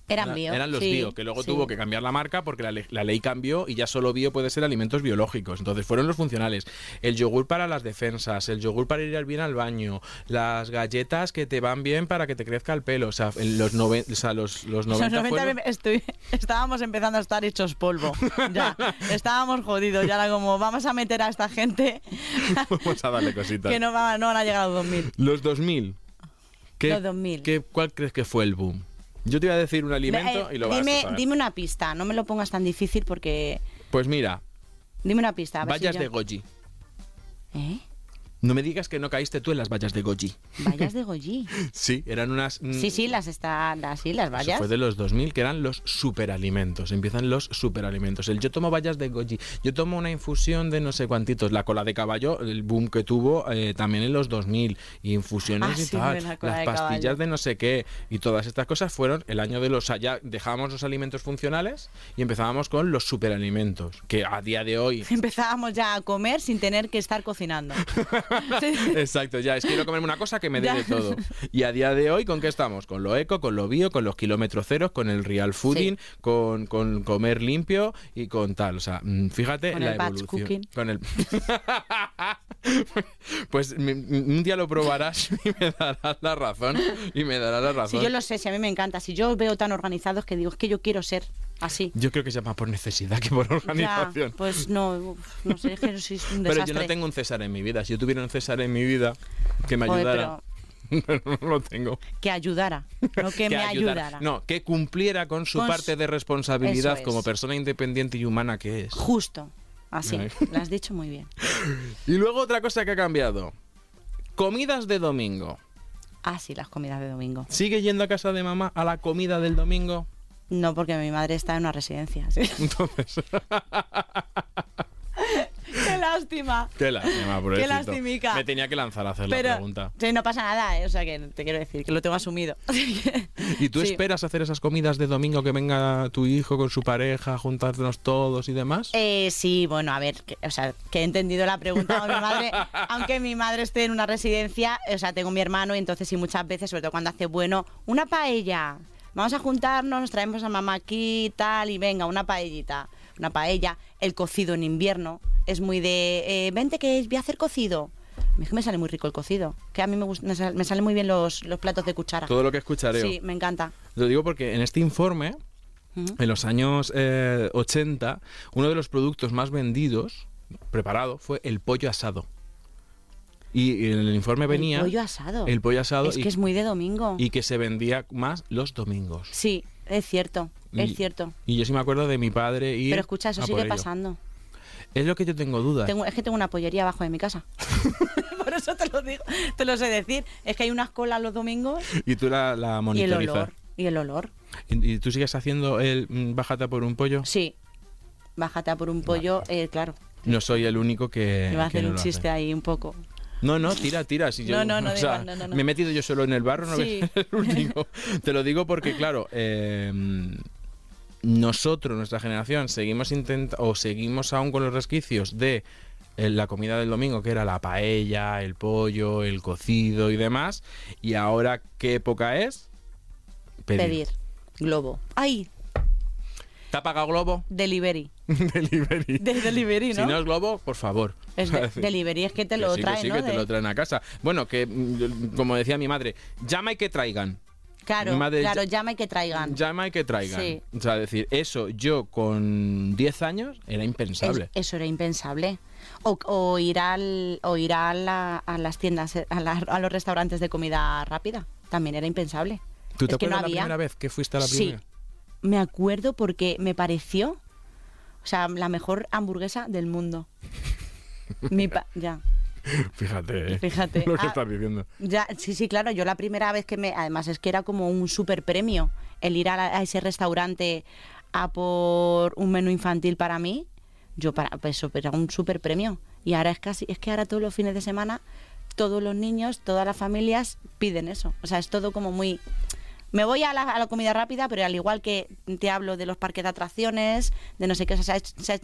[SPEAKER 4] Eran
[SPEAKER 2] Era-
[SPEAKER 4] bio.
[SPEAKER 2] Eran los
[SPEAKER 4] sí,
[SPEAKER 2] bio, que luego
[SPEAKER 4] sí.
[SPEAKER 2] tuvo que cambiar la marca porque la, le- la ley cambió y ya solo bio puede ser alimentos biológicos. Entonces fueron los funcionales. El yogur para las defensas, el yogur para ir al bien al baño, las galletas que te van bien para que te crezca el pelo. O sea, en los, noven- o sea, los, los 90,
[SPEAKER 4] Los 90
[SPEAKER 2] fueron-
[SPEAKER 4] estu- estábamos empezando a estar hechos polvo. Ya, estábamos jodidos. Ya era como, vamos a meter a esta gente
[SPEAKER 2] Vamos a darle cositas.
[SPEAKER 4] que no, va- no van a llegar a los 2000.
[SPEAKER 2] Los 2000. ¿Qué,
[SPEAKER 4] Los 2000.
[SPEAKER 2] qué- ¿Cuál crees que fue el boom? Yo te iba a decir un alimento
[SPEAKER 4] Eh,
[SPEAKER 2] y lo vas
[SPEAKER 4] dime,
[SPEAKER 2] a saber.
[SPEAKER 4] dime una pista, no me lo pongas tan difícil porque.
[SPEAKER 2] Pues mira,
[SPEAKER 4] Dime una pista. a ver si
[SPEAKER 2] vallas
[SPEAKER 4] yo-
[SPEAKER 2] de Goji.
[SPEAKER 4] ¿Eh?
[SPEAKER 2] No me digas que no caíste tú en las vallas de Goji.
[SPEAKER 4] Vallas de Goyi.
[SPEAKER 2] Sí, eran unas...
[SPEAKER 4] Sí, sí, las está, las, sí, las
[SPEAKER 2] Eso
[SPEAKER 4] vallas.
[SPEAKER 2] fue de los 2000 que eran los superalimentos. Empiezan los superalimentos. El yo tomo vallas de goji, yo tomo una infusión de no sé cuantitos. La cola de caballo, el boom que tuvo eh, también en los 2000. Y infusiones
[SPEAKER 4] Ah,
[SPEAKER 2] y
[SPEAKER 4] sí,
[SPEAKER 2] tal.
[SPEAKER 4] de la cola
[SPEAKER 2] las
[SPEAKER 4] de
[SPEAKER 2] pastillas
[SPEAKER 4] caballo.
[SPEAKER 2] de no sé qué. Y todas estas cosas fueron el año de los... o sea, ya dejábamos los alimentos funcionales y empezábamos con los superalimentos. Que a día de hoy...
[SPEAKER 4] Empezábamos ya a comer sin tener que estar cocinando. Sí.
[SPEAKER 2] Exacto, ya es quiero comerme una cosa que me dé
[SPEAKER 4] Ya.
[SPEAKER 2] de todo. Y a día de hoy, ¿con qué estamos? Con lo eco, con lo bio, con los kilómetros ceros, con el real fooding, con, con comer limpio y con tal. O sea, mm, fíjate
[SPEAKER 4] Con
[SPEAKER 2] la
[SPEAKER 4] el batch
[SPEAKER 2] evolución.
[SPEAKER 4] cooking.
[SPEAKER 2] Con el Pues mi- mi- un día lo probarás y me darás la razón. Y me darás la
[SPEAKER 4] Si
[SPEAKER 2] razón.
[SPEAKER 4] yo lo sé, si a mí me encanta, si yo os veo tan organizados que digo, es que yo quiero ser así.
[SPEAKER 2] Yo creo que se más por necesidad que por
[SPEAKER 4] Ya,
[SPEAKER 2] organización.
[SPEAKER 4] pues no, uf, no sé, es que soy un
[SPEAKER 2] pero
[SPEAKER 4] desastre.
[SPEAKER 2] yo no tengo un César en mi vida. Si yo tuviera un César en mi vida que me
[SPEAKER 4] Joder,
[SPEAKER 2] ayudara, pero no lo tengo.
[SPEAKER 4] pero que ayudara, no que, me ayudara.
[SPEAKER 2] No, que cumpliera con su
[SPEAKER 4] Con su-
[SPEAKER 2] parte de responsabilidad
[SPEAKER 4] Eso es.
[SPEAKER 2] como persona independiente y humana que es.
[SPEAKER 4] Justo, así,
[SPEAKER 2] Ay.
[SPEAKER 4] lo has dicho muy bien.
[SPEAKER 2] Y luego otra cosa que ha cambiado. Comidas de domingo.
[SPEAKER 4] Así las comidas de domingo.
[SPEAKER 2] ¿Sigue yendo a casa de mamá a la comida del domingo?
[SPEAKER 4] No, porque mi madre está en una residencia. sí.
[SPEAKER 2] Entonces,
[SPEAKER 4] ¡Qué lástima!
[SPEAKER 2] qué lástima, pobrecito.
[SPEAKER 4] lastimica.
[SPEAKER 2] Me tenía que lanzar a hacer la pregunta.
[SPEAKER 4] sí, no pasa nada, ¿eh? o sea que te quiero decir que lo tengo asumido.
[SPEAKER 2] ¿Y tú
[SPEAKER 4] Sí.
[SPEAKER 2] esperas hacer esas comidas de domingo que venga tu hijo con su pareja, juntarnos todos y demás?
[SPEAKER 4] Eh, sí, bueno, a ver, que, o sea, que he entendido la pregunta de mi madre. Aunque mi madre esté en una residencia, o sea, tengo mi hermano y entonces sí muchas veces, sobre todo cuando hace bueno, una paella. Vamos a juntarnos, nos traemos a mamá aquí y tal, y venga, una paellita, una paella. El cocido en invierno es muy de, eh, vente que voy a hacer cocido. A mí es que me sale muy rico el cocido, que a mí me, gust- me, sal- me salen muy bien los, los platos de cuchara.
[SPEAKER 2] Todo lo que escucharé.
[SPEAKER 4] Sí, me encanta.
[SPEAKER 2] Lo digo porque en este informe,
[SPEAKER 4] Ujú.
[SPEAKER 2] en los años eh, 80, uno de los productos más vendidos, preparado, fue el pollo asado. Y en el informe venía...
[SPEAKER 4] el pollo asado.
[SPEAKER 2] El pollo asado
[SPEAKER 4] Es
[SPEAKER 2] y,
[SPEAKER 4] que es muy de domingo.
[SPEAKER 2] y que se vendía más los domingos.
[SPEAKER 4] Sí, es cierto, es
[SPEAKER 2] Y-
[SPEAKER 4] cierto.
[SPEAKER 2] Y yo sí me acuerdo de mi padre y...
[SPEAKER 4] Pero escucha, eso sigue pasando.
[SPEAKER 2] Es lo que yo tengo dudas.
[SPEAKER 4] Tengo, es que tengo una pollería abajo de mi casa. Por eso te lo digo, te lo sé decir. Es que hay unas colas los domingos
[SPEAKER 2] Y tú la, la
[SPEAKER 4] y el
[SPEAKER 2] monitorizas.
[SPEAKER 4] olor. Y el olor.
[SPEAKER 2] ¿Y, y tú sigues haciendo el mm, bájate a por un pollo?
[SPEAKER 4] Sí, bájate a por un pollo, eh, claro.
[SPEAKER 2] No soy el único que.
[SPEAKER 4] me va a
[SPEAKER 2] que
[SPEAKER 4] hacer
[SPEAKER 2] Eh, no
[SPEAKER 4] un
[SPEAKER 2] lo
[SPEAKER 4] chiste
[SPEAKER 2] hace.
[SPEAKER 4] ahí un poco.
[SPEAKER 2] No, no, tira, tira. Si yo,
[SPEAKER 4] No, no, no,
[SPEAKER 2] o
[SPEAKER 4] da
[SPEAKER 2] sea,
[SPEAKER 4] igual, no, no, no.
[SPEAKER 2] Me he metido yo solo en el barro, no voy
[SPEAKER 4] Sí.
[SPEAKER 2] a ser el único. Te lo digo porque, claro, eh, nosotros, nuestra generación, seguimos intenta o seguimos aún con los resquicios de eh, la comida del domingo, que era la paella, el pollo, el cocido y demás. Y ahora, ¿qué época es?
[SPEAKER 4] Pedir. Globo. ¡Ay!
[SPEAKER 2] ¿Te ha pagado Globo?
[SPEAKER 4] Delivery.
[SPEAKER 2] Delivery.
[SPEAKER 4] De delivery, ¿no?
[SPEAKER 2] Si no es Globo, por favor.
[SPEAKER 4] Es de- delivery, es que te lo
[SPEAKER 2] que sí,
[SPEAKER 4] traen,
[SPEAKER 2] que sí,
[SPEAKER 4] ¿no?
[SPEAKER 2] que te
[SPEAKER 4] De-
[SPEAKER 2] lo traen a casa. Bueno, que mm, como decía mi madre, llama y que traigan.
[SPEAKER 4] Claro,
[SPEAKER 2] Mi madre-
[SPEAKER 4] claro, llama y que traigan.
[SPEAKER 2] Llama y que traigan.
[SPEAKER 4] Sí.
[SPEAKER 2] O sea, decir, eso yo con 10 años era impensable.
[SPEAKER 4] Es- eso era impensable. O, o ir, al, o ir a, la- a las tiendas, eh, a, la- a los restaurantes de comida rápida. También era impensable.
[SPEAKER 2] ¿Tú te
[SPEAKER 4] Es que no
[SPEAKER 2] acuerdas la
[SPEAKER 4] había.
[SPEAKER 2] primera vez que fuiste a la
[SPEAKER 4] Sí,
[SPEAKER 2] primera?
[SPEAKER 4] me acuerdo porque me pareció, o sea, la mejor hamburguesa del mundo. Mi pa- ya,
[SPEAKER 2] Fíjate, eh,
[SPEAKER 4] Fíjate.
[SPEAKER 2] lo que
[SPEAKER 4] Ah.
[SPEAKER 2] estás diciendo.
[SPEAKER 4] ya, sí, sí, claro, yo la primera vez que me, además es que era como un super premio el ir a, la- a ese restaurante a por un menú infantil para mí, yo para, pues eso era un super premio. Y ahora es casi, es que ahora todos los fines de semana, todos los niños, todas las familias piden eso. O sea, es todo como muy, me voy a la, a la comida rápida, pero al igual que te hablo de los parques de atracciones, de no sé qué, o sea, es, o sea,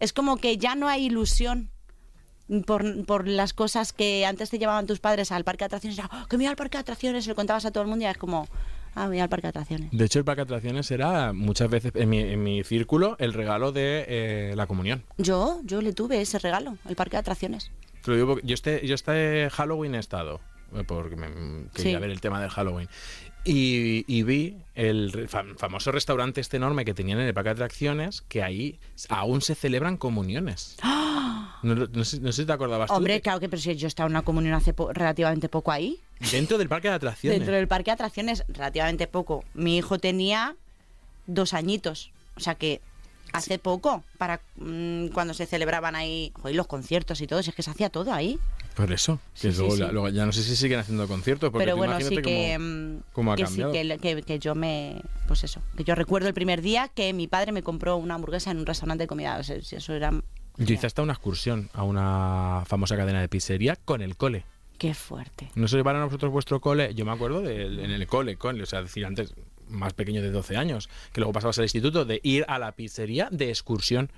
[SPEAKER 4] es como que ya no hay ilusión por, por las cosas que antes te llevaban tus padres al parque de atracciones. Era, "Oh, que me iba al parque de atracciones, se lo contabas a todo el mundo y ahora es como, ah, me voy al parque de atracciones.
[SPEAKER 2] De hecho, el parque de atracciones era muchas veces en mi, en mi círculo el regalo de eh, la comunión.
[SPEAKER 4] Yo, yo le tuve ese regalo, el parque de atracciones.
[SPEAKER 2] Te lo digo porque yo este, yo este Halloween he estado, eh, porque me- quería
[SPEAKER 4] Sí.
[SPEAKER 2] ver el tema del Halloween. Y, y vi el re- fam- famoso restaurante este enorme que tenían en el parque de atracciones, que ahí aún se celebran comuniones. No, lo- no sé, no sé si te acordabas tú.
[SPEAKER 4] ¡Ah!
[SPEAKER 2] eh,
[SPEAKER 4] Hombre, claro que, pero si yo estaba en una comunión hace po- relativamente poco ahí,
[SPEAKER 2] Dentro del parque de atracciones.
[SPEAKER 4] dentro del parque de atracciones, relativamente poco. Mi hijo tenía dos añitos, o sea que hace poco, para mm, cuando se celebraban ahí joder, los conciertos y todo, si es que se hacía todo ahí.
[SPEAKER 2] Por eso.
[SPEAKER 4] Sí,
[SPEAKER 2] que
[SPEAKER 4] sí,
[SPEAKER 2] luego,
[SPEAKER 4] sí.
[SPEAKER 2] la- luego ya no sé si siguen haciendo conciertos, porque
[SPEAKER 4] pero
[SPEAKER 2] tú
[SPEAKER 4] bueno, sí
[SPEAKER 2] imagínate
[SPEAKER 4] que,
[SPEAKER 2] cómo-
[SPEAKER 4] mm,
[SPEAKER 2] cómo ha
[SPEAKER 4] que sí
[SPEAKER 2] cambiado.
[SPEAKER 4] que, le- que- que yo me, pues eso, que yo recuerdo el primer día que mi padre me compró una hamburguesa en un restaurante de comida, o sea, si eso era
[SPEAKER 2] Yo hice hasta una excursión a una famosa cadena de pizzería con el cole.
[SPEAKER 4] qué fuerte.
[SPEAKER 2] ¿No se llevaron a vosotros vuestro cole? Yo me acuerdo de, en el cole, cole, o sea, decir, antes más pequeño de 12 años, que luego pasabas al instituto, de ir a la pizzería de excursión,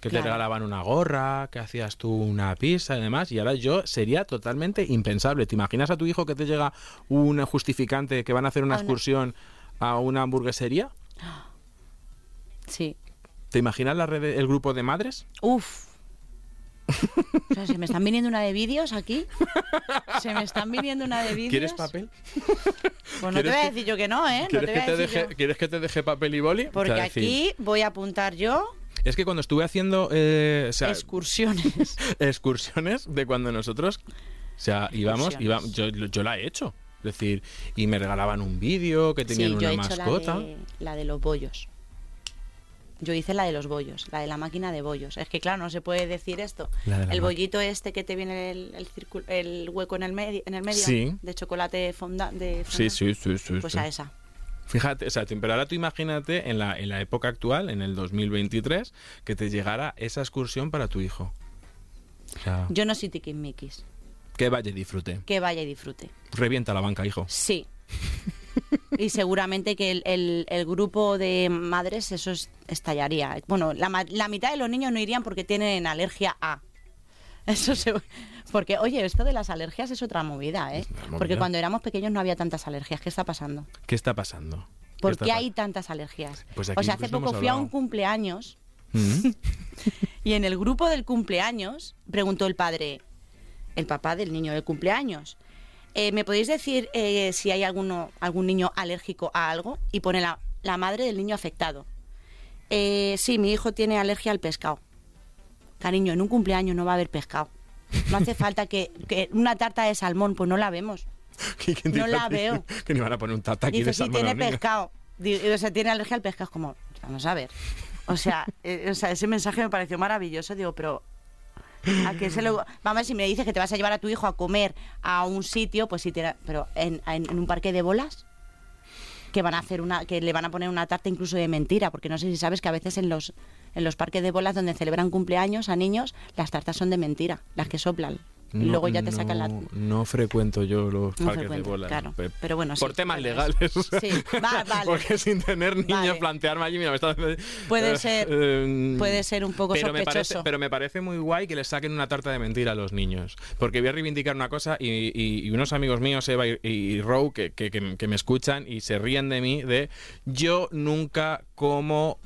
[SPEAKER 2] que
[SPEAKER 4] Claro.
[SPEAKER 2] te regalaban una gorra, que hacías tú una pizza y demás, y ahora yo sería totalmente impensable. ¿Te imaginas a tu hijo que te llega un justificante que van a hacer una
[SPEAKER 4] A una-
[SPEAKER 2] excursión a una hamburguesería?
[SPEAKER 4] Sí.
[SPEAKER 2] ¿Te imaginas la red, el grupo de madres?
[SPEAKER 4] Uf. O sea, se me están viniendo una de vídeos aquí. Se me están viniendo una de vídeos.
[SPEAKER 2] ¿Quieres papel?
[SPEAKER 4] Pues no te
[SPEAKER 2] ¿Quieres
[SPEAKER 4] voy a
[SPEAKER 2] que-
[SPEAKER 4] decir yo que Eh, no, ¿eh? No te
[SPEAKER 2] ¿Quieres,
[SPEAKER 4] voy a
[SPEAKER 2] que te
[SPEAKER 4] decir
[SPEAKER 2] deje,
[SPEAKER 4] yo.
[SPEAKER 2] ¿Quieres que te deje papel y boli? O
[SPEAKER 4] Porque
[SPEAKER 2] sea, decir,
[SPEAKER 4] aquí voy a apuntar yo
[SPEAKER 2] Es que cuando estuve haciendo eh, o sea,
[SPEAKER 4] excursiones.
[SPEAKER 2] excursiones de cuando nosotros, o sea, íbamos, iba-
[SPEAKER 4] Excursiones.
[SPEAKER 2] yo, yo la he hecho. Es decir, y me regalaban un vídeo, que tenían
[SPEAKER 4] sí, yo
[SPEAKER 2] una
[SPEAKER 4] he hecho
[SPEAKER 2] mascota.
[SPEAKER 4] La, de, la de los bollos. Yo hice la de los bollos, la de la máquina de bollos. Es que claro, no se puede decir esto.
[SPEAKER 2] La de la
[SPEAKER 4] el
[SPEAKER 2] ma-
[SPEAKER 4] bollito este que te viene el, el, círculo- el hueco en el, medi- en el medio
[SPEAKER 2] Sí.
[SPEAKER 4] de chocolate fonda, de
[SPEAKER 2] Sí,
[SPEAKER 4] fondant.
[SPEAKER 2] sí, sí, sí.
[SPEAKER 4] Pues
[SPEAKER 2] sí.
[SPEAKER 4] a esa.
[SPEAKER 2] Fíjate, o sea, te- pero ahora tú imagínate en la, en la época actual, en el 2023, que te llegara esa excursión para tu hijo. O sea,
[SPEAKER 4] Yo no soy tiquismiquis.
[SPEAKER 2] que vaya y disfrute.
[SPEAKER 4] Que vaya y disfrute.
[SPEAKER 2] Revienta la banca, hijo.
[SPEAKER 4] Sí. Y seguramente que el, el- el grupo de madres eso es- estallaría. Bueno, la, ma- la mitad de los niños no irían porque tienen alergia a. Eso se, porque, oye, esto de las alergias es otra movida, ¿eh?
[SPEAKER 2] Es una movida.
[SPEAKER 4] Porque cuando éramos pequeños no había tantas alergias. ¿Qué está pasando?
[SPEAKER 2] ¿Qué está pasando?
[SPEAKER 4] ¿Por
[SPEAKER 2] está
[SPEAKER 4] qué
[SPEAKER 2] pa-
[SPEAKER 4] hay tantas alergias?
[SPEAKER 2] Pues aquí
[SPEAKER 4] o sea, hace
[SPEAKER 2] incluso
[SPEAKER 4] poco
[SPEAKER 2] hemos
[SPEAKER 4] fui a
[SPEAKER 2] hablado.
[SPEAKER 4] un cumpleaños
[SPEAKER 2] Mm.
[SPEAKER 4] y en el grupo del cumpleaños preguntó el padre, el papá del niño del cumpleaños, "Eh, ¿me podéis decir eh, si hay alguno, algún niño alérgico a algo? Y pone la, la madre del niño afectado. "Eh, sí, mi hijo tiene alergia al pescado. Cariño, en un cumpleaños no va a haber pescado. No hace falta que, que una tarta de salmón, pues no la vemos.
[SPEAKER 2] ¿Qué- qué te
[SPEAKER 4] No
[SPEAKER 2] iba
[SPEAKER 4] la
[SPEAKER 2] a decir?
[SPEAKER 4] veo.
[SPEAKER 2] Que nos van a poner un tata aquí
[SPEAKER 4] Dice,
[SPEAKER 2] de
[SPEAKER 4] sí,
[SPEAKER 2] salmón a
[SPEAKER 4] tiene
[SPEAKER 2] los niños.
[SPEAKER 4] pescado. Di- O sea, tiene alergia al pescado. Es como, vamos a ver. O sea, eh, o sea, ese mensaje me pareció maravilloso. Digo, pero... ¿A qué se lo... Vamos, si me dices que te vas a llevar a tu hijo a comer a un sitio, pues sí, tiene... pero en, en- en un parque de bolas. que van a hacer una, que le van a poner una tarta incluso de mentira, porque no sé si sabes que a veces en los en los parques de bolas donde celebran cumpleaños a niños, las tartas son de mentira, las que soplan. y
[SPEAKER 2] No-
[SPEAKER 4] luego ya te
[SPEAKER 2] no-
[SPEAKER 4] sacan la.
[SPEAKER 2] No frecuento yo los
[SPEAKER 4] No
[SPEAKER 2] parques de
[SPEAKER 4] frecuento,
[SPEAKER 2] bolas.
[SPEAKER 4] claro.
[SPEAKER 2] pe-
[SPEAKER 4] Pero bueno, sí,
[SPEAKER 2] Por temas
[SPEAKER 4] puedes.
[SPEAKER 2] legales.
[SPEAKER 4] Sí, va, vale.
[SPEAKER 2] Porque sin tener niños
[SPEAKER 4] Vale.
[SPEAKER 2] plantearme allí, mira, me está...
[SPEAKER 4] Puede
[SPEAKER 2] eh,
[SPEAKER 4] ser-
[SPEAKER 2] eh,
[SPEAKER 4] puede ser un poco
[SPEAKER 2] pero Me parece,
[SPEAKER 4] sospechoso.
[SPEAKER 2] pero me parece muy guay que le saquen una tarta de mentira a los niños. Porque voy a reivindicar una cosa y, y- y unos amigos míos, Eva y, y Row, que, que- que- que me escuchan y se ríen de mí, de yo nunca como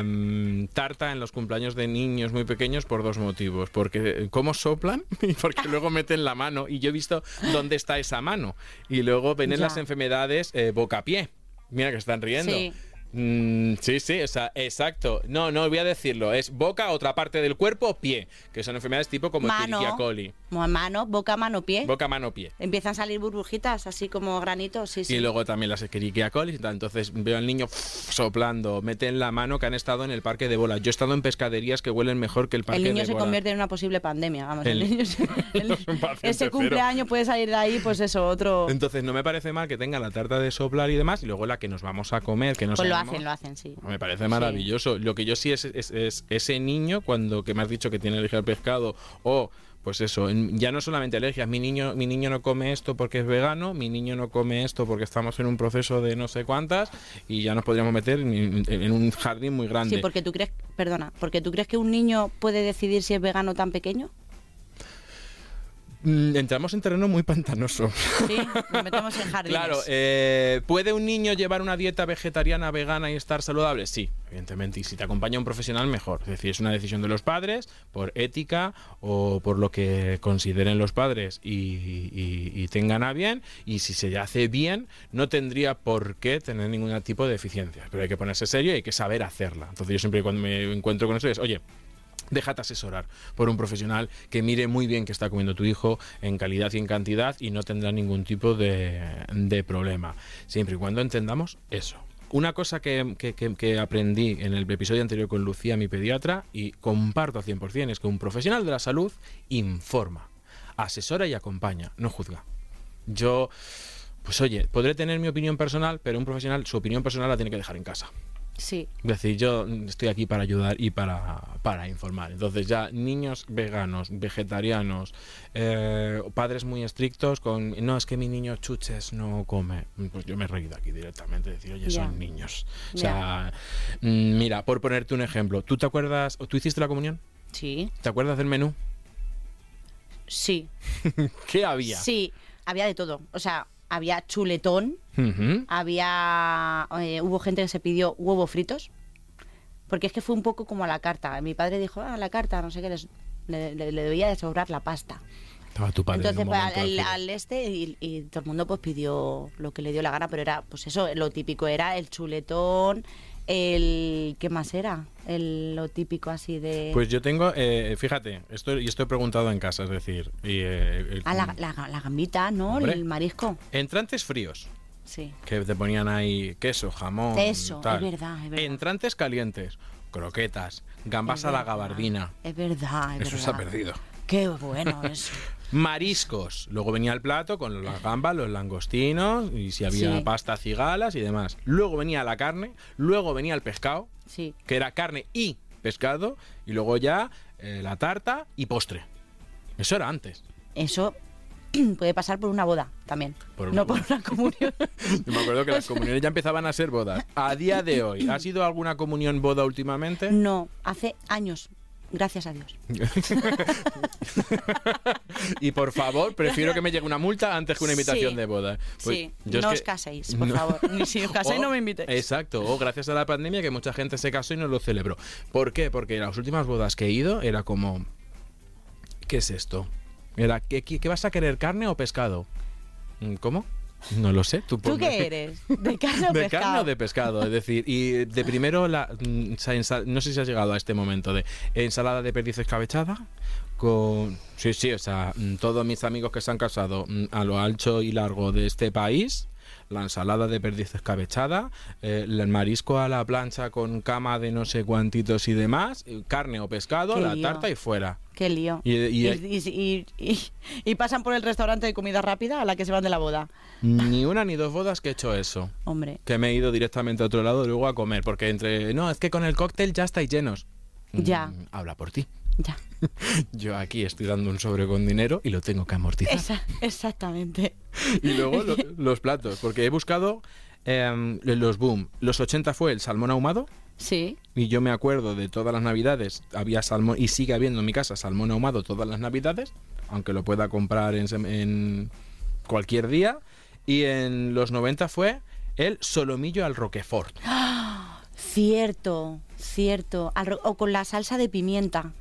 [SPEAKER 2] em, tarta en los cumpleaños de niños muy pequeños por dos motivos. Porque eh, cómo soplan y porque luego meten la mano. Y yo he visto dónde está esa mano. Y luego ven
[SPEAKER 4] Ya.
[SPEAKER 2] las enfermedades eh, boca a pie. Mira que están riendo.
[SPEAKER 4] Sí.
[SPEAKER 2] Mm, sí, sí, o sea, exacto. No, no voy a decirlo. Es boca, otra parte del cuerpo, pie. Que son enfermedades tipo como
[SPEAKER 4] Mano.
[SPEAKER 2] Escherichia coli.
[SPEAKER 4] Mo- Mano, boca, mano, pie.
[SPEAKER 2] Boca, mano, pie.
[SPEAKER 4] Empiezan a salir burbujitas, así como granitos, sí, sí.
[SPEAKER 2] Y luego también las Escherichia coli. y tal. Entonces veo al niño soplando, meten la mano que han estado en el parque de bolas. Yo he estado en pescaderías que huelen mejor que el parque
[SPEAKER 4] el niño
[SPEAKER 2] de
[SPEAKER 4] se
[SPEAKER 2] bolas.
[SPEAKER 4] convierte en una posible pandemia, vamos. El,
[SPEAKER 2] El-
[SPEAKER 4] niño se- el-
[SPEAKER 2] Es un paciente
[SPEAKER 4] ese
[SPEAKER 2] cero.
[SPEAKER 4] cumpleaños puede salir de ahí, pues eso, otro.
[SPEAKER 2] Entonces no me parece mal que tenga la tarta de soplar y demás y luego la que nos vamos a comer, que no
[SPEAKER 4] pues lo
[SPEAKER 2] sabemos.
[SPEAKER 4] hacen, lo hacen, sí.
[SPEAKER 2] Me parece maravilloso. Lo que yo sí es, es- es ese niño cuando que me has dicho que tiene alergia al pescado o pues eso, en- ya no solamente alergias, mi niño mi niño no come esto porque es vegano, mi niño no come esto porque estamos en un proceso de no sé cuántas y ya nos podríamos meter en, en un jardín muy grande.
[SPEAKER 4] Sí, porque tú crees, perdona, porque tú crees que un niño puede decidir si es vegano tan pequeño.
[SPEAKER 2] Mm, Entramos en terreno muy pantanoso.
[SPEAKER 4] Sí, nos metemos en jardines.
[SPEAKER 2] Claro, eh, ¿puede un niño llevar una dieta vegetariana, vegana y estar saludable? Sí, evidentemente. Y si te acompaña un profesional, mejor. Es decir, es una decisión de los padres, por ética o por lo que consideren los padres y, y- y tengan a bien. Y si se hace bien, no tendría por qué tener ningún tipo de deficiencia. Pero hay que ponerse serio y hay que saber hacerla. Entonces yo siempre cuando me encuentro con eso es, oye, Déjate asesorar por un profesional que mire muy bien que está comiendo tu hijo en calidad y en cantidad y no tendrá ningún tipo de, de problema. Siempre y cuando entendamos eso. Una cosa que, que- que- que aprendí en el episodio anterior con Lucía, mi pediatra, y comparto al 100%, es que un profesional de la salud informa, asesora y acompaña, no juzga. Yo, pues oye, podré tener mi opinión personal, pero un profesional su opinión personal la tiene que dejar en casa.
[SPEAKER 4] Sí.
[SPEAKER 2] Es decir, yo estoy aquí para ayudar y para, para informar. Entonces ya niños veganos, vegetarianos, eh, padres muy estrictos con, no, es que mi niño chuches no come. Pues yo me he reído aquí directamente, decir, oye,
[SPEAKER 4] Ya.
[SPEAKER 2] son niños. O sea, mm, mira, por ponerte un ejemplo, ¿tú te acuerdas, o tú hiciste la comunión?
[SPEAKER 4] Sí,
[SPEAKER 2] ¿Te acuerdas del menú?
[SPEAKER 4] sí,
[SPEAKER 2] ¿Qué había?
[SPEAKER 4] sí. Había de todo. O sea, había chuletón,
[SPEAKER 2] Ujú.
[SPEAKER 4] había eh, hubo gente que se pidió huevos fritos porque es que fue un poco como a la carta mi padre dijo "Ah, a la carta no sé qué les- le, le- le debía de sobrar la pasta
[SPEAKER 2] Estaba tu padre en
[SPEAKER 4] entonces
[SPEAKER 2] un
[SPEAKER 4] fue al,
[SPEAKER 2] momento de
[SPEAKER 4] al-
[SPEAKER 2] fiebre.
[SPEAKER 4] al este y, y todo el mundo pues pidió lo que le dio la gana pero era pues eso lo típico era el chuletón el qué más era el lo típico así de
[SPEAKER 2] Pues yo tengo, eh, fíjate, esto, y esto he preguntado en casa, es decir, y, eh,
[SPEAKER 4] ah, la, la- la gambita no
[SPEAKER 2] Hombre.
[SPEAKER 4] el marisco
[SPEAKER 2] entrantes fríos.
[SPEAKER 4] sí
[SPEAKER 2] Que te ponían ahí queso, jamón.
[SPEAKER 4] Eso,
[SPEAKER 2] tal.
[SPEAKER 4] es verdad, es verdad.
[SPEAKER 2] Entrantes calientes, croquetas,
[SPEAKER 4] Es
[SPEAKER 2] gambas a la
[SPEAKER 4] verdad,
[SPEAKER 2] gabardina.
[SPEAKER 4] es verdad es
[SPEAKER 2] Eso se
[SPEAKER 4] verdad.
[SPEAKER 2] ha perdido.
[SPEAKER 4] qué bueno eso
[SPEAKER 2] Mariscos. Luego venía el plato con las gambas, los langostinos, y si había
[SPEAKER 4] Sí.
[SPEAKER 2] pasta, cigalas y demás. Luego venía la carne, luego venía el pescado,
[SPEAKER 4] sí
[SPEAKER 2] que era carne y pescado, y luego ya eh, la tarta y postre. Eso era antes.
[SPEAKER 4] eso puede pasar por una boda también,
[SPEAKER 2] Por una
[SPEAKER 4] no por
[SPEAKER 2] boda.
[SPEAKER 4] una comunión.
[SPEAKER 2] Yo me acuerdo que las comuniones ya empezaban a ser bodas. A día de hoy, ¿ha sido alguna comunión boda últimamente?
[SPEAKER 4] no, hace años, gracias a Dios.
[SPEAKER 2] Y por favor, prefiero que me llegue una multa antes que una invitación
[SPEAKER 4] Sí.
[SPEAKER 2] de boda. Pues
[SPEAKER 4] Sí,
[SPEAKER 2] yo es
[SPEAKER 4] no
[SPEAKER 2] que- Oh,
[SPEAKER 4] os caséis, por favor. Ni si os casáis,
[SPEAKER 2] O-
[SPEAKER 4] no me invitéis.
[SPEAKER 2] Exacto, o gracias a la pandemia que mucha gente se casó y no lo celebró. ¿Por qué? Porque las últimas bodas que he ido era como ¿qué es esto? Era ¿qué, qué, qué vas a querer, carne o pescado? Mm, ¿Cómo? No lo sé, tú
[SPEAKER 4] ¿Tú
[SPEAKER 2] ponme.
[SPEAKER 4] qué eres? ¿De carne o
[SPEAKER 2] de
[SPEAKER 4] pescado?
[SPEAKER 2] carne o de pescado, es decir, y de primero la mm, sa- ensa- no sé si has llegado a este momento de ensalada de perdiz escabechada con sí, sí, o sea, mm, todos mis amigos que se han casado mm, a lo ancho y largo de este país la ensalada de perdiz escabechada, eh, el marisco a la plancha con cama de no sé cuantitos y demás, eh, carne o pescado,
[SPEAKER 4] Qué
[SPEAKER 2] la
[SPEAKER 4] lío.
[SPEAKER 2] tarta y fuera.
[SPEAKER 4] Qué lío.
[SPEAKER 2] Y- y-
[SPEAKER 4] y- y- y pasan por el restaurante de comida rápida a la que se van de la boda.
[SPEAKER 2] Ni una ni dos bodas que he hecho eso.
[SPEAKER 4] Hombre.
[SPEAKER 2] Que me he ido directamente a otro lado luego a comer, porque entre, no, es que con el cóctel ya estáis llenos.
[SPEAKER 4] Ya.
[SPEAKER 2] Mm, habla por ti.
[SPEAKER 4] Ya.
[SPEAKER 2] Yo aquí estoy dando un sobre con dinero y lo tengo que amortizar.
[SPEAKER 4] Esa- exactamente.
[SPEAKER 2] Y luego lo- los platos, porque he buscado em, los boom. Los 80 fue el salmón ahumado.
[SPEAKER 4] Sí.
[SPEAKER 2] Y yo me acuerdo de todas las navidades, había salmón, y sigue habiendo en mi casa salmón ahumado todas las navidades, aunque lo pueda comprar en, sem- en cualquier día. Y en los 90 fue el solomillo al roquefort.
[SPEAKER 4] Cierto, cierto. Al ro- o con la salsa de pimienta.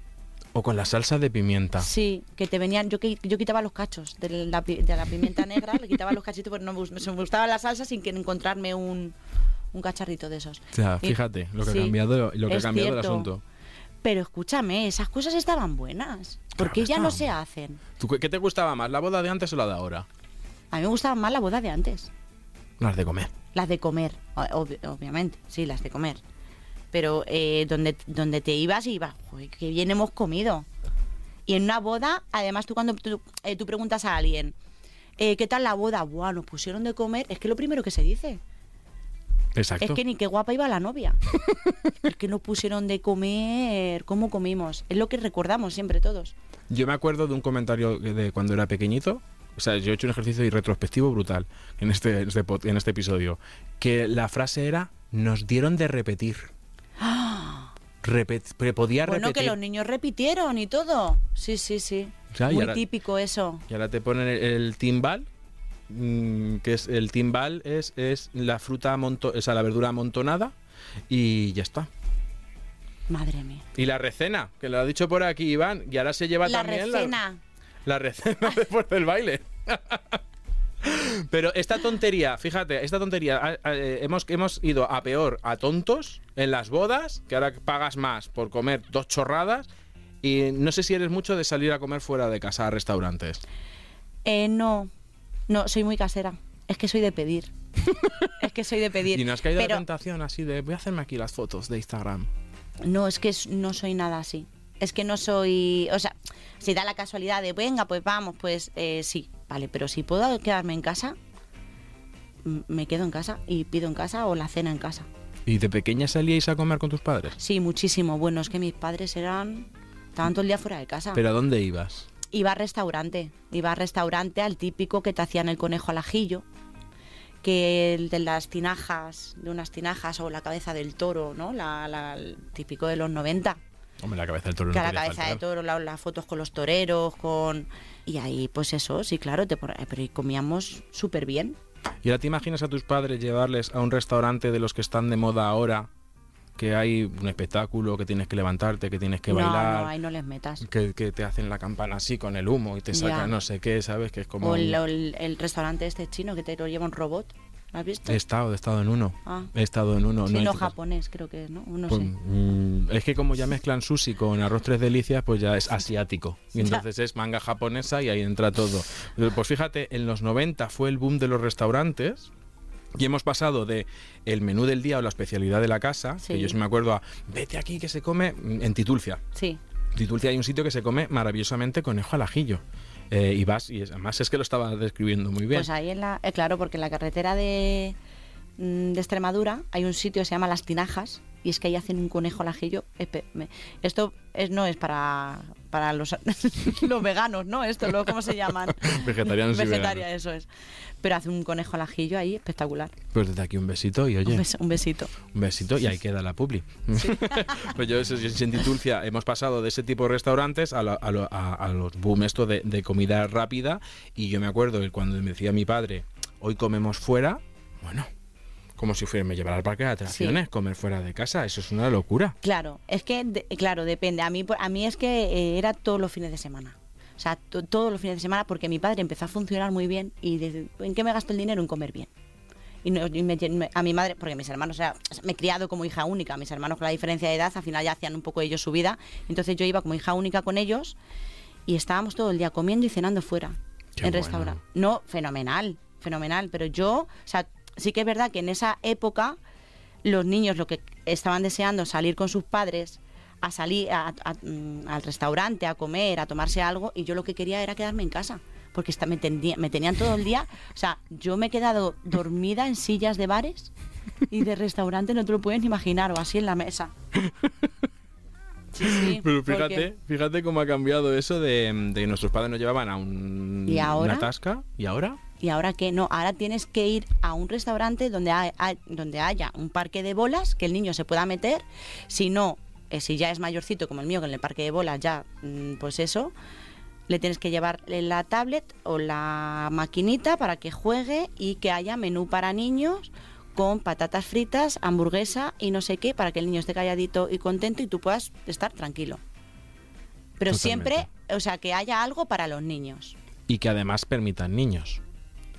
[SPEAKER 2] O con la salsa de pimienta.
[SPEAKER 4] Sí, que te venían. Yo, qui- yo quitaba los cachos de la, pi- de la pimienta negra, le quitaba los cachitos, pero no me, gust- se me gustaba la salsa sin que encontrarme un, un cacharrito de esos.
[SPEAKER 2] O sea,
[SPEAKER 4] Y-
[SPEAKER 2] fíjate lo que
[SPEAKER 4] sí,
[SPEAKER 2] ha cambiado, lo que ha
[SPEAKER 4] es
[SPEAKER 2] cambiado el
[SPEAKER 4] cierto.
[SPEAKER 2] asunto.
[SPEAKER 4] Pero escúchame, esas cosas estaban buenas.
[SPEAKER 2] Claro
[SPEAKER 4] porque
[SPEAKER 2] que
[SPEAKER 4] ya no
[SPEAKER 2] estaban
[SPEAKER 4] se hacen?
[SPEAKER 2] ¿Tú qué- ¿Qué te gustaba más, la boda de antes o la de ahora?
[SPEAKER 4] A mí me gustaba más la boda de antes.
[SPEAKER 2] Las de comer.
[SPEAKER 4] Las de comer, o- ob- obviamente, sí, las de comer. Pero eh, donde, donde te ibas, ibas, "Joder, qué bien hemos comido. Y en una boda, además tú cuando tú, eh, tú preguntas a alguien, eh, ¿qué tal la boda? Buah, nos pusieron de comer. Es que lo primero que se dice
[SPEAKER 2] Exacto.
[SPEAKER 4] es que ni qué guapa iba la novia. es que nos pusieron de comer, ¿cómo comimos? Es lo que recordamos siempre todos.
[SPEAKER 2] Yo me acuerdo de un comentario que de cuando era pequeñito. O sea, yo he hecho un ejercicio retrospectivo brutal en este, en este pod- en este episodio. Que la frase era, nos dieron de repetir. Repet- pre- podía
[SPEAKER 4] Bueno,
[SPEAKER 2] repetir.
[SPEAKER 4] que los niños repitieron y todo. Sí, sí, sí.
[SPEAKER 2] Ya, y
[SPEAKER 4] Muy
[SPEAKER 2] ahora-
[SPEAKER 4] típico eso.
[SPEAKER 2] Y ahora te ponen el, el timbal. mm, Que es el timbal es, es la fruta amonto- o sea, la verdura amontonada y ya está.
[SPEAKER 4] Madre mía.
[SPEAKER 2] Y la recena, que lo ha dicho por aquí Iván, y ahora se lleva
[SPEAKER 4] La
[SPEAKER 2] también
[SPEAKER 4] recena.
[SPEAKER 2] La recena después del baile. Pero esta tontería, fíjate, esta tontería, ah, ah, eh, hemos, hemos ido a peor a tontos en las bodas, que ahora pagas más por comer dos chorradas, y no sé si eres mucho de salir a comer fuera de casa a restaurantes.
[SPEAKER 4] Eh, no, no, soy muy casera. Es que soy de pedir. es que soy de pedir.
[SPEAKER 2] Y no has caído la
[SPEAKER 4] Pero
[SPEAKER 2] tentación así de, voy a hacerme aquí las fotos de Instagram.
[SPEAKER 4] no, es que s- no soy nada así. Es que no soy, o sea, si da la casualidad de, venga, pues vamos, pues eh, sí, vale, pero si puedo quedarme en casa, m- me quedo en casa y pido en casa o la cena en casa.
[SPEAKER 2] ¿Y de pequeña salíais a comer con tus padres?
[SPEAKER 4] Sí, muchísimo. Bueno, es que mis padres eran, estaban todo el día fuera de casa.
[SPEAKER 2] ¿Pero a dónde ibas?
[SPEAKER 4] iba a restaurante, iba a restaurante al típico que te hacían el conejo al ajillo, que el de las tinajas, de unas tinajas o la cabeza del toro, ¿no? La, la- el típico de los 90.
[SPEAKER 2] Hombre, la cabeza del toro
[SPEAKER 4] que
[SPEAKER 2] no
[SPEAKER 4] a la
[SPEAKER 2] podía
[SPEAKER 4] cabeza de
[SPEAKER 2] faltar.
[SPEAKER 4] toro, la- las fotos con los toreros, con... Y ahí, pues eso, sí, claro, te, pon- pero y comíamos súper bien.
[SPEAKER 2] ¿Y ahora te imaginas a tus padres llevarles a un restaurante de los que están de moda ahora? Que hay un espectáculo, que tienes que levantarte, que tienes que
[SPEAKER 4] no,
[SPEAKER 2] bailar,
[SPEAKER 4] no, ahí no les metas.
[SPEAKER 2] que, que te hacen la campana así con el humo y te
[SPEAKER 4] Ya.
[SPEAKER 2] sacan no sé qué, ¿sabes? Que es como
[SPEAKER 4] O
[SPEAKER 2] un-
[SPEAKER 4] el, o el- el restaurante este chino que te lo lleva un robot, ¿lo has visto?
[SPEAKER 2] he estado, he estado en uno.
[SPEAKER 4] Ah.
[SPEAKER 2] He estado en uno. no hay
[SPEAKER 4] Chino
[SPEAKER 2] que-
[SPEAKER 4] japonés, creo que es, ¿no? No
[SPEAKER 2] Pues,
[SPEAKER 4] sé.
[SPEAKER 2] mm, es que como ya mezclan sushi con arroz tres delicias, pues ya es asiático. Y
[SPEAKER 4] Ya.
[SPEAKER 2] entonces es manga japonesa y ahí entra todo. Eh, Pues fíjate, en los 90 fue el boom de los restaurantes. Y hemos pasado de el menú del día o la especialidad de la casa,
[SPEAKER 4] Sí.
[SPEAKER 2] que yo sí me acuerdo a vete aquí que se come mm, en Titulcia.
[SPEAKER 4] Sí.
[SPEAKER 2] En Titulcia hay un sitio que se come maravillosamente conejo al ajillo. Eh, y vas, y es- además es que lo estaba describiendo muy bien.
[SPEAKER 4] Pues ahí en la. eh, claro, porque en la carretera de, mm, de Extremadura hay un sitio que se llama Las Tinajas y es que ahí hacen un conejo al ajillo. Espe- me- Esto es, no es para, para los, los veganos, ¿no? Esto, luego, ¿cómo se llaman?
[SPEAKER 2] Vegetarianos y
[SPEAKER 4] Vegetaria,
[SPEAKER 2] veganos.
[SPEAKER 4] eso es. Pero hace un conejo al ajillo ahí espectacular.
[SPEAKER 2] Pues desde aquí un besito y oye.
[SPEAKER 4] Un, bes- un besito.
[SPEAKER 2] Un besito y ahí queda la publi. pues yo, eso, yo en Titulcia hemos pasado de ese tipo de restaurantes a, la- a lo- a- a los boom esto de, de comida rápida y yo me acuerdo que cuando me decía mi padre, hoy comemos fuera, bueno, como si fuera, me llevara al parque de atracciones, comer fuera de casa, eso es una locura.
[SPEAKER 4] Claro, es que, de- claro, depende. A mí, por- a mí es que eh, era todos los fines de semana. O sea, to- todos los fines de semana porque mi padre empezó a funcionar muy bien y desde- ¿en qué me gasto el dinero? En comer bien. Y, no- y me- me- a mi madre, porque mis hermanos, o sea, me he criado como hija única, mis hermanos con la diferencia de edad, al final ya hacían un poco ellos su vida, entonces yo iba como hija única con ellos y estábamos todo el día comiendo y cenando fuera,
[SPEAKER 2] Qué
[SPEAKER 4] en
[SPEAKER 2] bueno.
[SPEAKER 4] restaurante. No, fenomenal, fenomenal, pero yo, o sea, sí que es verdad que en esa época los niños lo que estaban deseando salir con sus padres a salir a- a- mm, al restaurante a comer, a tomarse algo y yo lo que quería era quedarme en casa. Porque esta- me, tendía- me tenían todo el día. O sea, yo me he quedado dormida en sillas de bares y de restaurante, no te lo puedes ni imaginar, o así en la mesa. Sí, sí.
[SPEAKER 2] Pero
[SPEAKER 4] porque-
[SPEAKER 2] fíjate, fíjate cómo ha cambiado eso de, de nuestros padres nos llevaban a un,
[SPEAKER 4] ¿Y ahora?
[SPEAKER 2] una tasca y ahora
[SPEAKER 4] ¿Y ahora qué? No, ahora tienes que ir a un restaurante donde, hay- hay- donde haya un parque de bolas que el niño se pueda meter. Si no, eh, si ya es mayorcito como el mío, que en el parque de bolas ya, mm, pues eso, le tienes que llevar la tablet o la maquinita para que juegue y que haya menú para niños con patatas fritas, hamburguesa y no sé qué, para que el niño esté calladito y contento y tú puedas estar tranquilo. Pero
[SPEAKER 2] Totalmente.
[SPEAKER 4] siempre, o sea, que haya algo para los niños.
[SPEAKER 2] y que además permitan niños.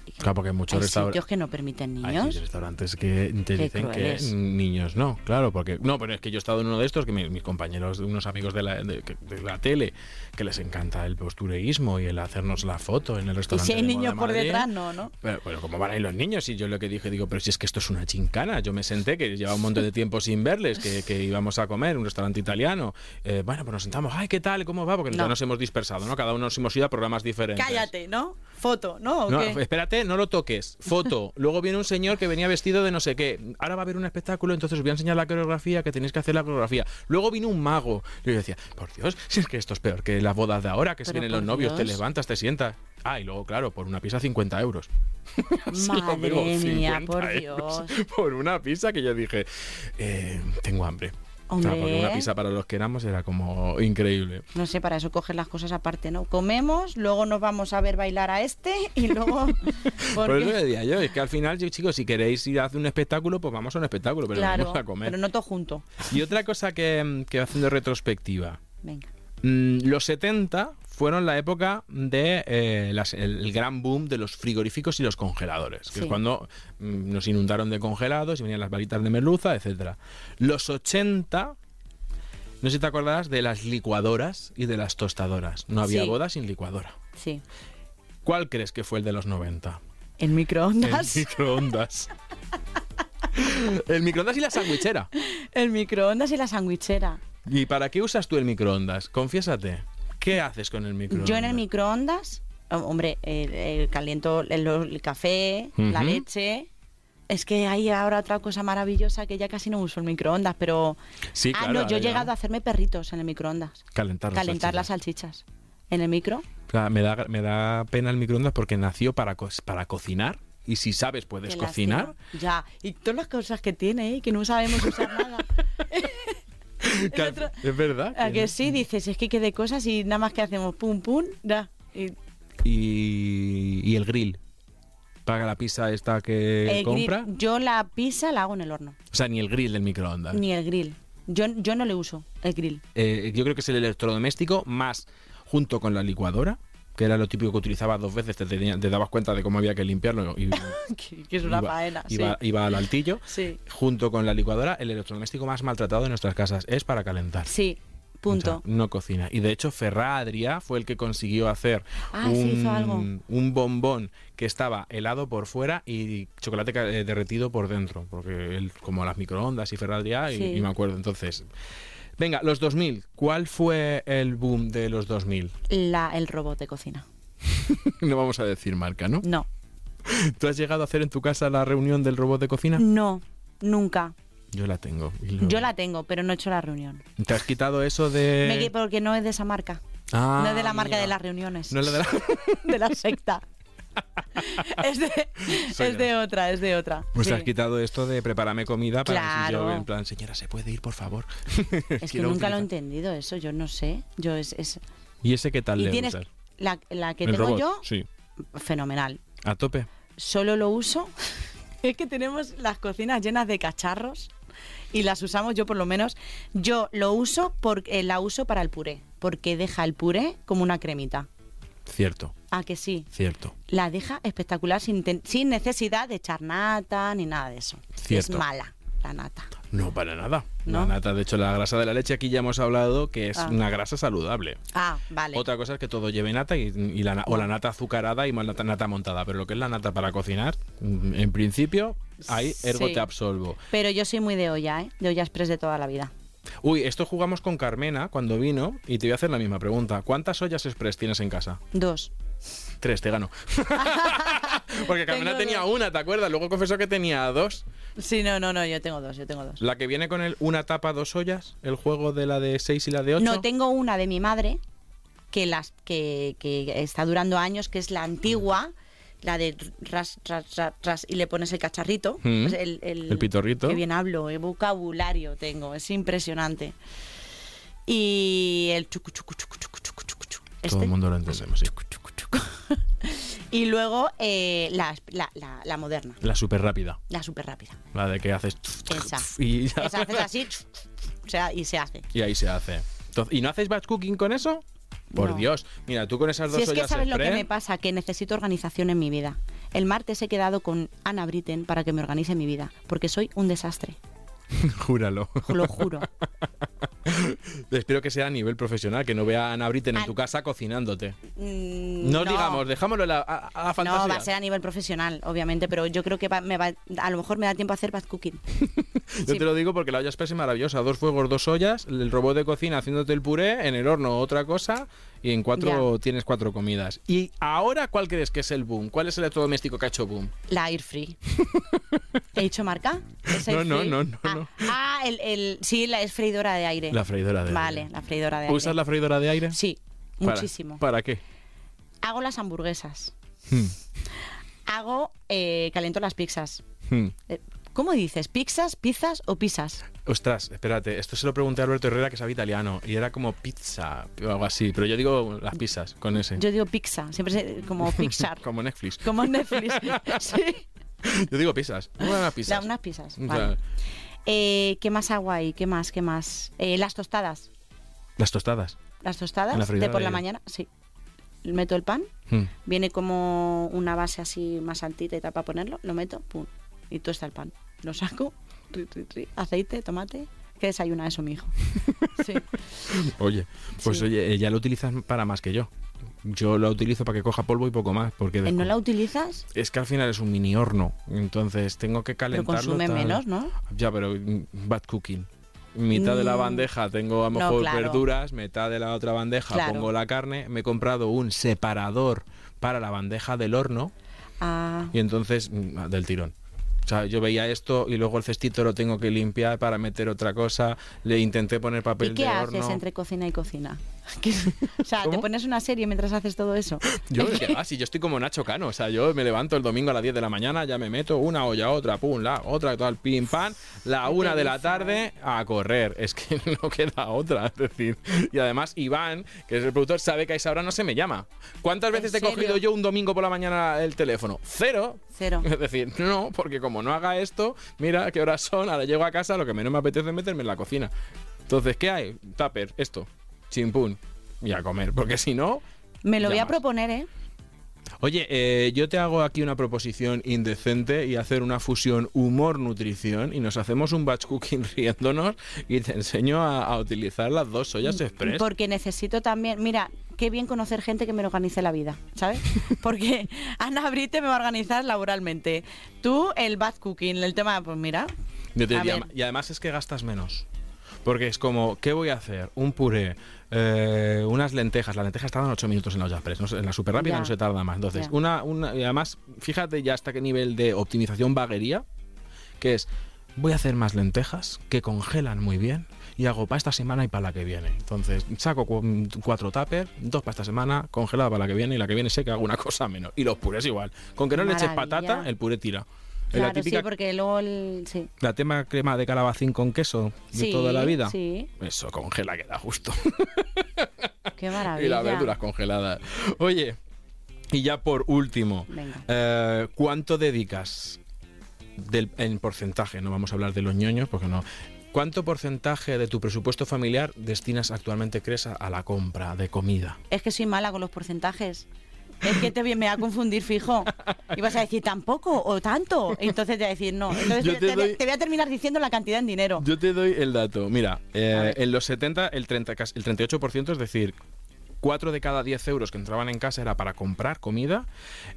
[SPEAKER 4] Y que-
[SPEAKER 2] Claro, porque muchos
[SPEAKER 4] hay
[SPEAKER 2] restaura-
[SPEAKER 4] sitios que no permiten
[SPEAKER 2] Hay
[SPEAKER 4] niños.
[SPEAKER 2] restaurantes que te
[SPEAKER 4] Qué
[SPEAKER 2] dicen
[SPEAKER 4] crueles.
[SPEAKER 2] que niños no, claro, porque no, pero es que yo he estado en uno de estos que mi- mis compañeros, unos amigos de la, de- que- de la tele, que les encanta el postureísmo y el hacernos la foto en el
[SPEAKER 4] Y
[SPEAKER 2] restaurante.
[SPEAKER 4] si hay
[SPEAKER 2] de moda
[SPEAKER 4] niños por
[SPEAKER 2] Madrid.
[SPEAKER 4] detrás, no, ¿no?
[SPEAKER 2] Pero, pero ¿cómo van ahí los niños? Y yo lo que dije, digo, pero si es que esto es una chincana. Yo me senté, que llevaba un montón de tiempo sin verles, que, que íbamos a comer en un restaurante italiano. Eh, bueno, pues nos sentamos, ay, ¿qué tal? ¿Cómo va? Porque
[SPEAKER 4] No.
[SPEAKER 2] entonces nos hemos dispersado, ¿no? Cada uno nos hemos ido a programas diferentes.
[SPEAKER 4] Cállate, ¿no? Foto, ¿no? ¿O
[SPEAKER 2] No,
[SPEAKER 4] qué?
[SPEAKER 2] espérate, no lo toques. Foto. Luego viene un señor que venía vestido de no sé qué. Ahora va a haber un espectáculo, entonces os voy a enseñar la coreografía, que tenéis que hacer la coreografía. Luego vino un mago. Y yo decía, por Dios, si es que esto es peor que las bodas de ahora, que se
[SPEAKER 4] Pero
[SPEAKER 2] vienen los
[SPEAKER 4] por
[SPEAKER 2] novios, te
[SPEAKER 4] Dios.
[SPEAKER 2] levantas, te sientas. Ah, y luego, claro, por una pizza 50 euros. Sí, ¿eh? lo
[SPEAKER 4] Madre
[SPEAKER 2] mismo,
[SPEAKER 4] mía,
[SPEAKER 2] 50
[SPEAKER 4] por
[SPEAKER 2] euros
[SPEAKER 4] Dios.
[SPEAKER 2] Por una pizza que yo dije, eh, tengo hambre. O sea, porque
[SPEAKER 4] Hombre.
[SPEAKER 2] una pizza para los que éramos era como increíble.
[SPEAKER 4] No sé, para eso coges las cosas aparte, ¿no? Comemos, luego nos vamos a ver bailar a este y luego...
[SPEAKER 2] Por eso
[SPEAKER 4] porque-
[SPEAKER 2] decía yo, es que al final, yo, chicos, si queréis ir a hacer un espectáculo, pues vamos a un espectáculo, pero
[SPEAKER 4] claro,
[SPEAKER 2] vamos a comer.
[SPEAKER 4] pero no todo junto.
[SPEAKER 2] Y otra cosa que, mm, que haciendo retrospectiva.
[SPEAKER 4] Venga.
[SPEAKER 2] Mm, Los 70 fueron la época de eh, las- el, el gran boom de los frigoríficos y los congeladores, que
[SPEAKER 4] Sí.
[SPEAKER 2] es cuando mm, nos inundaron de congelados y venían las varitas de merluza, etcétera. Los 80 no sé si te acordarás de las licuadoras y de las tostadoras. No había
[SPEAKER 4] Sí.
[SPEAKER 2] boda sin licuadora.
[SPEAKER 4] Sí.
[SPEAKER 2] ¿Cuál crees que fue el de los 90?
[SPEAKER 4] El microondas.
[SPEAKER 2] El microondas. el microondas y la sandwichera.
[SPEAKER 4] El microondas y la sandwichera.
[SPEAKER 2] ¿Y para qué usas tú el microondas? Confiésate. ¿Qué haces con el microondas?
[SPEAKER 4] Yo en el microondas, oh, hombre, el, el caliento el, el café, la
[SPEAKER 2] Ujú.
[SPEAKER 4] leche. Es que hay ahora otra cosa maravillosa que ya casi no uso el microondas, pero...
[SPEAKER 2] Sí,
[SPEAKER 4] ah,
[SPEAKER 2] claro,
[SPEAKER 4] no, yo he
[SPEAKER 2] ahora ya.
[SPEAKER 4] llegado a hacerme perritos en el microondas.
[SPEAKER 2] Calentar las
[SPEAKER 4] Calentar las salchichas. ¿En el micro?
[SPEAKER 2] O sea, me, da, me da pena el microondas porque nació para, co- para cocinar. Y si sabes, puedes
[SPEAKER 4] Qué
[SPEAKER 2] cocinar.
[SPEAKER 4] lástima. Ya, y todas las cosas que tiene, ¿eh? que no sabemos usar nada.
[SPEAKER 2] Que al-
[SPEAKER 4] otro-
[SPEAKER 2] Es verdad.
[SPEAKER 4] A que
[SPEAKER 2] tiene-
[SPEAKER 4] sí, dices, es que qué de cosas y nada más que hacemos pum pum, da. Y
[SPEAKER 2] Y, y el grill. Paga la pizza esta que
[SPEAKER 4] el grill,
[SPEAKER 2] compra.
[SPEAKER 4] yo la pizza la hago en el horno,
[SPEAKER 2] O sea, ni el grill del microondas.
[SPEAKER 4] ni el grill. Yo, yo no le uso el grill.
[SPEAKER 2] Eh, yo creo que es el electrodoméstico más junto con la licuadora, que era lo típico que utilizabas dos veces, te, tenía- te dabas cuenta de cómo había que limpiarlo y
[SPEAKER 4] que, que es una
[SPEAKER 2] iba,
[SPEAKER 4] faena,
[SPEAKER 2] iba-
[SPEAKER 4] sí.
[SPEAKER 2] iba al altillo.
[SPEAKER 4] Sí.
[SPEAKER 2] Junto con la licuadora, el electrodoméstico más maltratado de nuestras casas es para calentar.
[SPEAKER 4] Sí, punto.
[SPEAKER 2] O sea, no cocina. Y de hecho, Ferradria fue el que consiguió hacer
[SPEAKER 4] Ah,
[SPEAKER 2] un,
[SPEAKER 4] sí, hizo algo.
[SPEAKER 2] un bombón que estaba helado por fuera y chocolate ca- eh, derretido por dentro. Porque él, como las microondas y Ferradria, y-
[SPEAKER 4] Sí.
[SPEAKER 2] y, me acuerdo. Entonces, venga, los 2000. ¿Cuál fue el boom de los 2000?
[SPEAKER 4] La, el robot de cocina.
[SPEAKER 2] no vamos a decir marca, ¿no?
[SPEAKER 4] No,
[SPEAKER 2] ¿Tú has llegado a hacer en tu casa la reunión del robot de cocina?
[SPEAKER 4] no, nunca.
[SPEAKER 2] Yo la tengo. y lo-
[SPEAKER 4] Mm. Yo la tengo, pero no he hecho la reunión.
[SPEAKER 2] ¿Te has quitado eso de.?
[SPEAKER 4] Me que- porque no es de esa marca.
[SPEAKER 2] Eh. Ah,
[SPEAKER 4] no es de la marca
[SPEAKER 2] amiga.
[SPEAKER 4] de las reuniones.
[SPEAKER 2] No es la de la-
[SPEAKER 4] de la secta. es, de,
[SPEAKER 2] Soy
[SPEAKER 4] es de otra, es de otra.
[SPEAKER 2] Pues te has
[SPEAKER 4] Sí.
[SPEAKER 2] quitado esto de prepárame comida para si yo,
[SPEAKER 4] Claro.
[SPEAKER 2] en plan, señora, ¿se puede ir, por favor?
[SPEAKER 4] Es que
[SPEAKER 2] Quiero
[SPEAKER 4] nunca lo
[SPEAKER 2] utilizar.
[SPEAKER 4] he entendido eso, yo no sé. Yo es, es-
[SPEAKER 2] ¿Y ese qué tal
[SPEAKER 4] Y
[SPEAKER 2] le
[SPEAKER 4] tienes
[SPEAKER 2] usas?
[SPEAKER 4] la, la que
[SPEAKER 2] ¿El
[SPEAKER 4] tengo
[SPEAKER 2] robot?
[SPEAKER 4] yo,
[SPEAKER 2] Sí,
[SPEAKER 4] fenomenal.
[SPEAKER 2] a tope.
[SPEAKER 4] Solo lo uso. es que tenemos las cocinas llenas de cacharros y las usamos yo por lo menos. Yo lo uso porque la uso para el puré, porque deja el puré como una cremita.
[SPEAKER 2] Cierto,
[SPEAKER 4] Ah, que sí.
[SPEAKER 2] cierto.
[SPEAKER 4] La deja espectacular sin, ten- sin necesidad de echar nata ni nada de eso. Es
[SPEAKER 2] Cierto.
[SPEAKER 4] mala. la nata.
[SPEAKER 2] No, para nada. La
[SPEAKER 4] ¿No?
[SPEAKER 2] nata, de hecho, la grasa de la leche aquí ya hemos hablado que es
[SPEAKER 4] Ah.
[SPEAKER 2] una grasa saludable.
[SPEAKER 4] Ah, vale.
[SPEAKER 2] Otra cosa es que todo lleve nata y, y la, na- o la nata azucarada y más nata, nata montada, pero lo que es la nata para cocinar, mm, en principio, ahí ergo
[SPEAKER 4] Sí.
[SPEAKER 2] te absolvo.
[SPEAKER 4] Pero yo soy muy de olla, ¿eh? De olla express de toda la vida.
[SPEAKER 2] Uy, esto jugamos con Carmena cuando vino y te voy a hacer la misma pregunta. ¿Cuántas ollas express tienes en casa?
[SPEAKER 4] Dos.
[SPEAKER 2] Tres, te gano. Porque Carmena
[SPEAKER 4] Tengo
[SPEAKER 2] tenía
[SPEAKER 4] dos.
[SPEAKER 2] una, ¿te acuerdas? Luego confesó que tenía dos.
[SPEAKER 4] Sí, no, no, no, yo tengo dos, yo tengo dos.
[SPEAKER 2] La que viene con el una tapa, dos ollas, el juego de la de seis y la de ocho.
[SPEAKER 4] No, tengo una de mi madre que, las, que, que está durando años, que es la antigua, la de ras, ras, ras, ras, y le pones el cacharrito.
[SPEAKER 2] Mm.
[SPEAKER 4] pues el,
[SPEAKER 2] El pitorrito.
[SPEAKER 4] Qué bien hablo, eh, vocabulario tengo, es impresionante. Y el chucu, chucu, chucu, chucu, chucu, chucu, chucu,
[SPEAKER 2] Todo
[SPEAKER 4] este.
[SPEAKER 2] el mundo lo entendemos, sí.
[SPEAKER 4] Y luego eh, la, la- la- la moderna,
[SPEAKER 2] La súper rápida.
[SPEAKER 4] la súper rápida.
[SPEAKER 2] La de que haces...
[SPEAKER 4] Esa.
[SPEAKER 2] Y ya.
[SPEAKER 4] Esa haces así o sea, y se hace.
[SPEAKER 2] Y ahí se hace. Entonces, ¿Y no haces batch cooking con eso? Por
[SPEAKER 4] No.
[SPEAKER 2] Dios. Mira, tú con esas dos
[SPEAKER 4] Si es que
[SPEAKER 2] ollas ¿eh?
[SPEAKER 4] sabes lo que
[SPEAKER 2] express-
[SPEAKER 4] me pasa, que necesito organización en mi vida. El martes he quedado con Ana Britten para que me organice mi vida, porque soy un desastre,
[SPEAKER 2] Júralo.
[SPEAKER 4] lo juro.
[SPEAKER 2] Espero que sea a nivel profesional, que no vea a Ana Britten en
[SPEAKER 4] An-
[SPEAKER 2] tu casa cocinándote.
[SPEAKER 4] Mm,
[SPEAKER 2] No, digamos, dejámoslo a la, a- a la fantasía.
[SPEAKER 4] No, va a ser a nivel profesional, obviamente, pero yo creo que va- me va- a lo mejor me da tiempo a hacer bad cooking.
[SPEAKER 2] Yo te lo digo porque la olla express es maravillosa. Dos fuegos, dos ollas, el robot de cocina haciéndote el puré, en el horno otra cosa, y en cuatro tienes cuatro comidas. ¿Y ahora cuál crees que es el boom? ¿Cuál es el electrodoméstico que ha hecho boom?
[SPEAKER 4] La air free. ¿He dicho marca? ¿Es
[SPEAKER 2] No,
[SPEAKER 4] air
[SPEAKER 2] no,
[SPEAKER 4] free?
[SPEAKER 2] no, no,
[SPEAKER 4] Ah,
[SPEAKER 2] no.
[SPEAKER 4] ah, el, el- sí, la es freidora de aire.
[SPEAKER 2] La freidora de
[SPEAKER 4] Vale,
[SPEAKER 2] aire.
[SPEAKER 4] la freidora de
[SPEAKER 2] ¿Usas
[SPEAKER 4] aire.
[SPEAKER 2] la freidora de aire?
[SPEAKER 4] Sí,
[SPEAKER 2] ¿Para-
[SPEAKER 4] muchísimo.
[SPEAKER 2] ¿Para qué?
[SPEAKER 4] Hago las hamburguesas.
[SPEAKER 2] Hmm,
[SPEAKER 4] Hago, eh, caliento las pizzas.
[SPEAKER 2] hmm.
[SPEAKER 4] Eh, ¿Cómo dices? ¿Pizzas, pizzas o pizzas?
[SPEAKER 2] Ostras, espérate, esto se lo pregunté a Alberto Herrera que sabe italiano y era como pizza o algo así, pero yo digo las pizzas con ese.
[SPEAKER 4] Yo digo pizza, siempre se- como Pixar,
[SPEAKER 2] Como Netflix.
[SPEAKER 4] como Netflix. sí,
[SPEAKER 2] Yo digo pizzas. Unas
[SPEAKER 4] Da
[SPEAKER 2] pizzas.
[SPEAKER 4] unas pizzas.
[SPEAKER 2] O sea,
[SPEAKER 4] vale. Eh, ¿Qué más hago ahí? ¿Qué más? ¿Qué más? Eh, las tostadas.
[SPEAKER 2] Las tostadas.
[SPEAKER 4] Las
[SPEAKER 2] En la
[SPEAKER 4] tostadas
[SPEAKER 2] freidora
[SPEAKER 4] de por
[SPEAKER 2] de
[SPEAKER 4] la
[SPEAKER 2] aire.
[SPEAKER 4] mañana, sí. Meto el pan,
[SPEAKER 2] Hmm.
[SPEAKER 4] viene como una base así más altita y tal para ponerlo, lo meto, pum, y tuesta el pan. Lo saco, tri, tri, tri, aceite, tomate. Que desayuna eso, mi hijo. Sí.
[SPEAKER 2] Oye, pues
[SPEAKER 4] Sí.
[SPEAKER 2] oye, eh, ya lo utilizas para más que yo. Yo lo utilizo para que coja polvo y poco más, porque
[SPEAKER 4] Eh, ¿No
[SPEAKER 2] después-
[SPEAKER 4] la utilizas?
[SPEAKER 2] es que al final es un mini horno, entonces tengo que
[SPEAKER 4] Pero
[SPEAKER 2] calentarlo.
[SPEAKER 4] consume
[SPEAKER 2] tal.
[SPEAKER 4] menos, ¿no?
[SPEAKER 2] Ya, pero mm, bad cooking. Mitad de la
[SPEAKER 4] Mm.
[SPEAKER 2] bandeja tengo a lo
[SPEAKER 4] No,
[SPEAKER 2] mejor
[SPEAKER 4] claro.
[SPEAKER 2] verduras, mitad de la otra bandeja
[SPEAKER 4] Claro.
[SPEAKER 2] pongo la carne. Me he comprado un separador para la bandeja del horno
[SPEAKER 4] Ah,
[SPEAKER 2] y entonces mm, del tirón. O sea, yo veía esto y luego el cestito lo tengo que limpiar para meter otra cosa. Le intenté poner papel
[SPEAKER 4] ¿Y qué
[SPEAKER 2] de
[SPEAKER 4] haces
[SPEAKER 2] horno.
[SPEAKER 4] entre cocina y cocina? ¿Qué- o sea,
[SPEAKER 2] ¿Cómo?
[SPEAKER 4] ¿te pones una serie mientras haces todo eso?
[SPEAKER 2] Yo, que va, si yo estoy como Nacho Cano, o sea, yo me levanto el domingo a las 10 de la mañana, ya me meto una olla, otra, pum, la otra, tal, pim, pam, la
[SPEAKER 4] Qué
[SPEAKER 2] una de la
[SPEAKER 4] pereza,
[SPEAKER 2] tarde a correr. Es que no queda otra, es decir. Y además, Iván, que es el productor, sabe que a esa hora no se me llama. ¿Cuántas
[SPEAKER 4] ¿En
[SPEAKER 2] veces te he
[SPEAKER 4] serio?
[SPEAKER 2] cogido yo un domingo por la mañana el teléfono? Cero.
[SPEAKER 4] Cero.
[SPEAKER 2] Es decir, no, porque como no haga esto, mira qué horas son, ahora llego a casa, lo que menos me apetece es meterme en la cocina. Entonces, ¿qué hay? Tupper, esto, chimpún, y a comer, porque si no,
[SPEAKER 4] Me lo voy a
[SPEAKER 2] Llamas.
[SPEAKER 4] proponer, ¿eh?
[SPEAKER 2] Oye, eh, yo te hago aquí una proposición indecente y hacer una fusión humor-nutrición y nos hacemos un batch cooking riéndonos y te enseño a, a utilizar las dos ollas
[SPEAKER 4] Mm,
[SPEAKER 2] express.
[SPEAKER 4] Porque necesito también. Mira, qué bien conocer gente que me organice la vida, ¿sabes? Porque Ana Brite me va a organizar laboralmente. Tú, el bad cooking, el tema, pues mira.
[SPEAKER 2] Yo te
[SPEAKER 4] a
[SPEAKER 2] diría,
[SPEAKER 4] ver.
[SPEAKER 2] y además es que gastas menos. Porque es como, ¿qué voy a hacer? Un puré, eh, unas lentejas. Las lentejas tardan 8 minutos en la olla express. no sé, en la super rápida
[SPEAKER 4] Ya.
[SPEAKER 2] no se tarda más. Entonces,
[SPEAKER 4] Ya.
[SPEAKER 2] una, una, y además, fíjate ya hasta qué nivel de optimización vaguería, que es, voy a hacer más lentejas que congelan muy bien y hago para esta semana y para la que viene. Entonces, saco cu- cuatro tuppers, dos para esta semana, congelada para la que viene y la que viene sé que hago una cosa menos. Y los purés igual. Con que no le eches
[SPEAKER 4] Maravilla.
[SPEAKER 2] patata, el puré tira. Es la
[SPEAKER 4] Claro,
[SPEAKER 2] típica
[SPEAKER 4] sí, porque luego el. Sí.
[SPEAKER 2] la tema crema de calabacín con queso de
[SPEAKER 4] Sí,
[SPEAKER 2] toda la vida.
[SPEAKER 4] Sí,
[SPEAKER 2] Eso congela que da justo.
[SPEAKER 4] qué maravilla.
[SPEAKER 2] y las verduras congeladas. Oye, y ya por último,
[SPEAKER 4] Venga.
[SPEAKER 2] eh, ¿cuánto dedicas del, en porcentaje? No vamos a hablar de los ñoños porque no. ¿Cuánto porcentaje de tu presupuesto familiar destinas actualmente, crees, a- a la compra de comida?
[SPEAKER 4] Es que soy mala con los porcentajes. es que te me va a confundir fijo. Y vas a decir tampoco o tanto. Entonces te va a decir no. Entonces
[SPEAKER 2] Yo
[SPEAKER 4] te,
[SPEAKER 2] te
[SPEAKER 4] te voy-
[SPEAKER 2] doy-
[SPEAKER 4] te voy a terminar diciendo la cantidad en dinero.
[SPEAKER 2] Yo te doy el dato. Mira, eh,
[SPEAKER 4] A ver.
[SPEAKER 2] en los 70 el, 30, cas- el 38%, es decir, 4 de cada 10 euros que entraban en casa era para comprar comida.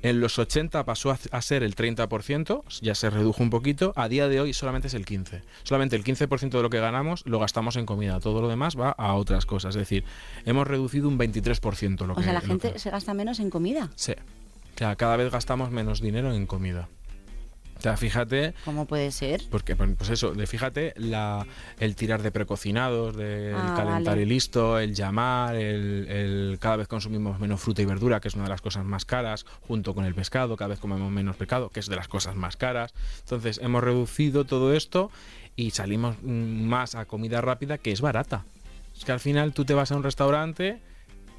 [SPEAKER 2] En los 80 pasó a, a ser el 30%, ya se redujo un poquito. A día de hoy solamente es el 15%. Solamente el 15% de lo que ganamos lo gastamos en comida. Todo lo demás va a otras cosas. Es decir, hemos reducido un 23% lo que
[SPEAKER 4] O sea,
[SPEAKER 2] lo
[SPEAKER 4] la
[SPEAKER 2] que-
[SPEAKER 4] gente se gasta menos en comida.
[SPEAKER 2] Sí. O sea, cada vez gastamos menos dinero en comida. O sea, fíjate
[SPEAKER 4] ¿Cómo puede ser?
[SPEAKER 2] porque, pues pues eso, de fíjate, la, el tirar de precocinados, del
[SPEAKER 4] Ah,
[SPEAKER 2] calentar
[SPEAKER 4] vale.
[SPEAKER 2] y listo, el llamar, el, el- cada vez consumimos menos fruta y verdura, que es una de las cosas más caras, junto con el pescado, cada vez comemos menos pescado, que es de las cosas más caras. Entonces, hemos reducido todo esto y salimos mm, más a comida rápida, que es barata. Es que al final tú te vas a un restaurante,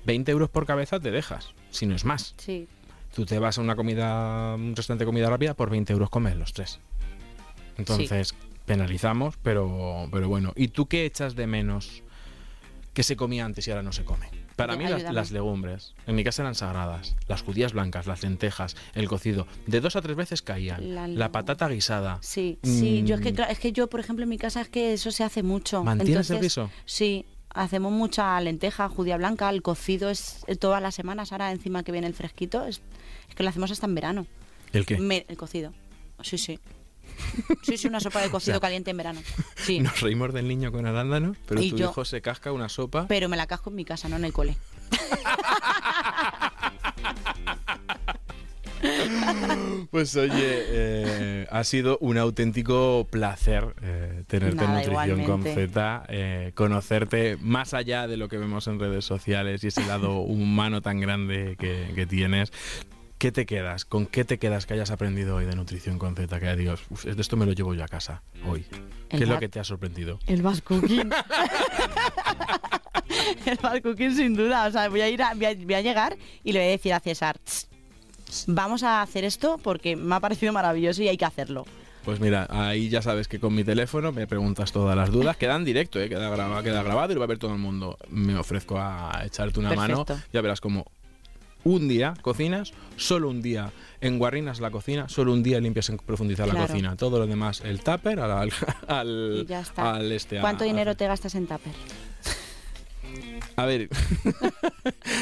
[SPEAKER 2] 20 euros por cabeza te dejas, si no es más.
[SPEAKER 4] Sí.
[SPEAKER 2] Tú te vas a una comida, un restaurante de comida rápida, por 20 euros comes los tres. Entonces, penalizamos, pero, pero bueno. ¿Y tú qué echas de menos que se comía antes y ahora no se come? Para
[SPEAKER 4] Ay-
[SPEAKER 2] mí las,
[SPEAKER 4] ayúdame.
[SPEAKER 2] las legumbres, en mi casa eran sagradas. Las judías blancas, las lentejas, el cocido. De dos a tres veces caían.
[SPEAKER 4] La
[SPEAKER 2] La,
[SPEAKER 4] legum-
[SPEAKER 2] patata guisada.
[SPEAKER 4] Sí, sí. Yo es que
[SPEAKER 2] Mm.
[SPEAKER 4] claro, es que yo, por ejemplo, en mi casa es que eso se hace mucho.
[SPEAKER 2] ¿Mantienes el
[SPEAKER 4] Entonces,
[SPEAKER 2] guiso?
[SPEAKER 4] Sí. Hacemos mucha lenteja, judía blanca, el cocido es eh, todas las semanas, ahora encima que viene el fresquito, es, es que lo hacemos hasta en verano.
[SPEAKER 2] ¿El qué?
[SPEAKER 4] Me- el cocido. Sí, sí. Sí, sí, una sopa de cocido
[SPEAKER 2] O sea,
[SPEAKER 4] caliente en verano. Sí.
[SPEAKER 2] Nos reímos del niño con arándano, pero
[SPEAKER 4] Y
[SPEAKER 2] tu
[SPEAKER 4] yo-
[SPEAKER 2] hijo se casca una sopa.
[SPEAKER 4] Pero me la casco en mi casa, no en el cole.
[SPEAKER 2] Pues oye, eh, ha sido un auténtico placer eh, tenerte
[SPEAKER 4] Nada,
[SPEAKER 2] en Nutrición con
[SPEAKER 4] igualmente.
[SPEAKER 2] Z, eh, conocerte más allá de lo que vemos en redes sociales y ese lado humano tan grande que, que tienes. ¿Qué te quedas? ¿Con qué te quedas que hayas aprendido hoy de Nutrición con Z? Que dios, de esto me lo llevo yo a casa
[SPEAKER 4] Mm.
[SPEAKER 2] hoy. ¿Qué
[SPEAKER 4] El
[SPEAKER 2] es lo
[SPEAKER 4] bar-
[SPEAKER 2] que te ha sorprendido?
[SPEAKER 4] El bad cooking. el bad cooking sin duda. O sea, voy a, ir a- voy, a, voy a llegar y le voy a decir a César, "Tss, vamos a hacer esto porque me ha parecido maravilloso y hay que hacerlo.
[SPEAKER 2] Pues mira, ahí ya sabes que con mi teléfono me preguntas todas las dudas, queda en directo, ¿eh? queda, grabado, queda grabado y lo va a ver todo el mundo. Me ofrezco a echarte una mano,
[SPEAKER 4] Perfecto.
[SPEAKER 2] ya verás como un día cocinas, solo un día enguarrinas la cocina, solo un día limpias en profundidad la
[SPEAKER 4] Claro.
[SPEAKER 2] cocina, todo lo demás, el tupper al, al, al-
[SPEAKER 4] Y ya está.
[SPEAKER 2] al este. a-
[SPEAKER 4] ¿Cuánto
[SPEAKER 2] a-
[SPEAKER 4] dinero te gastas en tupper?
[SPEAKER 2] A ver,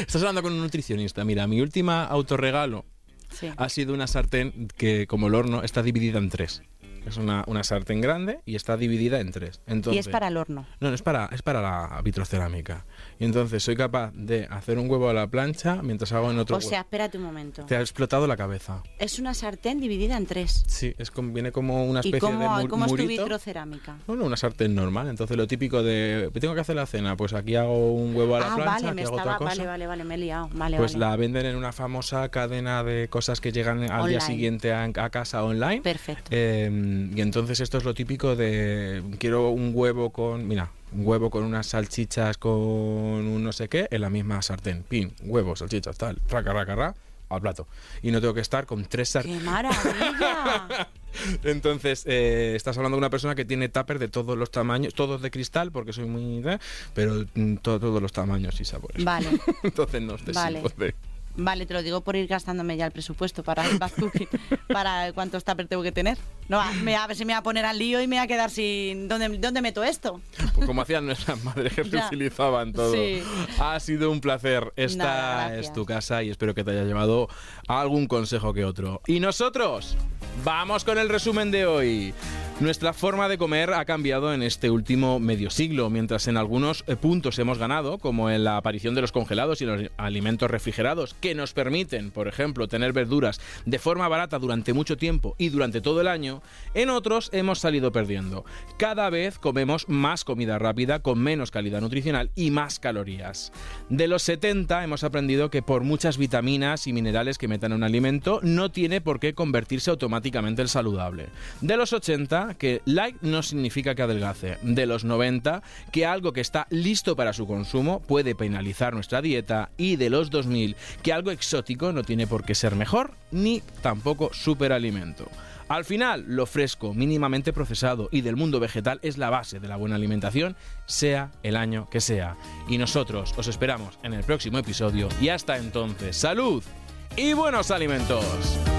[SPEAKER 2] estás hablando con un nutricionista, mira, mi última autorregalo
[SPEAKER 4] Sí.
[SPEAKER 2] ha sido una sartén que, como el horno, está dividida en tres. Es una, una sartén grande y está dividida en tres. Entonces,
[SPEAKER 4] y es para el horno.
[SPEAKER 2] No, no, es para, es para la vitrocerámica. Y entonces soy capaz de hacer un huevo a la plancha mientras hago en otro
[SPEAKER 4] O sea,
[SPEAKER 2] huevo.
[SPEAKER 4] espérate un momento.
[SPEAKER 2] Te ha explotado la cabeza.
[SPEAKER 4] Es una sartén dividida en tres.
[SPEAKER 2] Sí, es como- viene como una especie
[SPEAKER 4] ¿Y cómo,
[SPEAKER 2] de mur-
[SPEAKER 4] cómo es tu
[SPEAKER 2] murito.
[SPEAKER 4] vitrocerámica?
[SPEAKER 2] No, no, una sartén normal. Entonces lo típico de... Tengo que hacer la cena, pues aquí hago un huevo a la
[SPEAKER 4] Ah,
[SPEAKER 2] plancha,
[SPEAKER 4] vale,
[SPEAKER 2] aquí
[SPEAKER 4] me
[SPEAKER 2] hago
[SPEAKER 4] estaba,
[SPEAKER 2] otra cosa.
[SPEAKER 4] vale, vale, vale, me he liado. Vale,
[SPEAKER 2] Pues
[SPEAKER 4] vale.
[SPEAKER 2] la venden en una famosa cadena de cosas que llegan al
[SPEAKER 4] Online.
[SPEAKER 2] día siguiente a, a casa online.
[SPEAKER 4] Perfecto.
[SPEAKER 2] Eh, y entonces esto es lo típico de quiero un huevo con, mira, un huevo con unas salchichas con un no sé qué en la misma sartén. Pin, huevo, salchichas, tal, raca, raca, ra, al plato. Y no tengo que estar con tres
[SPEAKER 4] ¡Qué
[SPEAKER 2] sartenes.
[SPEAKER 4] maravilla!
[SPEAKER 2] Entonces, eh, estás hablando de una persona que tiene tupper de todos los tamaños, todos de cristal, porque soy muy... Pero mm, to- todos los tamaños y sabores.
[SPEAKER 4] vale.
[SPEAKER 2] entonces no te
[SPEAKER 4] Vale. Vale, te lo digo por ir gastándome ya el presupuesto para el Bad Cooking, para cuántos tuppers tengo que tener. No, a, me- a ver si me va a poner al lío y me va a quedar sin... ¿Dónde, dónde meto esto?
[SPEAKER 2] Pues como hacían nuestras madres que
[SPEAKER 4] Ya.
[SPEAKER 2] utilizaban todo.
[SPEAKER 4] Sí.
[SPEAKER 2] Ha sido un placer. Esta
[SPEAKER 4] Nada, gracias.
[SPEAKER 2] es tu casa y espero que te haya llevado algún consejo que otro. Y nosotros, vamos con el resumen de hoy. Nuestra forma de comer ha cambiado en este último medio siglo, mientras en algunos eh, puntos hemos ganado, como en la aparición de los congelados y los alimentos refrigerados, que nos permiten, por ejemplo, tener verduras de forma barata durante mucho tiempo y durante todo el año, en otros hemos salido perdiendo. Cada vez comemos más comida rápida con menos calidad nutricional y más calorías. De los 70 hemos aprendido que por muchas vitaminas y minerales que metan en un alimento no tiene por qué convertirse automáticamente el saludable. De los 80 que light no significa que adelgace. De los 90 que algo que está listo para su consumo puede penalizar nuestra dieta y de los 2000 que algo exótico no tiene por qué ser mejor ni tampoco superalimento. Al final, lo fresco, mínimamente procesado y del mundo vegetal es la base de la buena alimentación, sea el año que sea. Y nosotros os esperamos en el próximo episodio y hasta entonces, ¡salud! y buenos alimentos.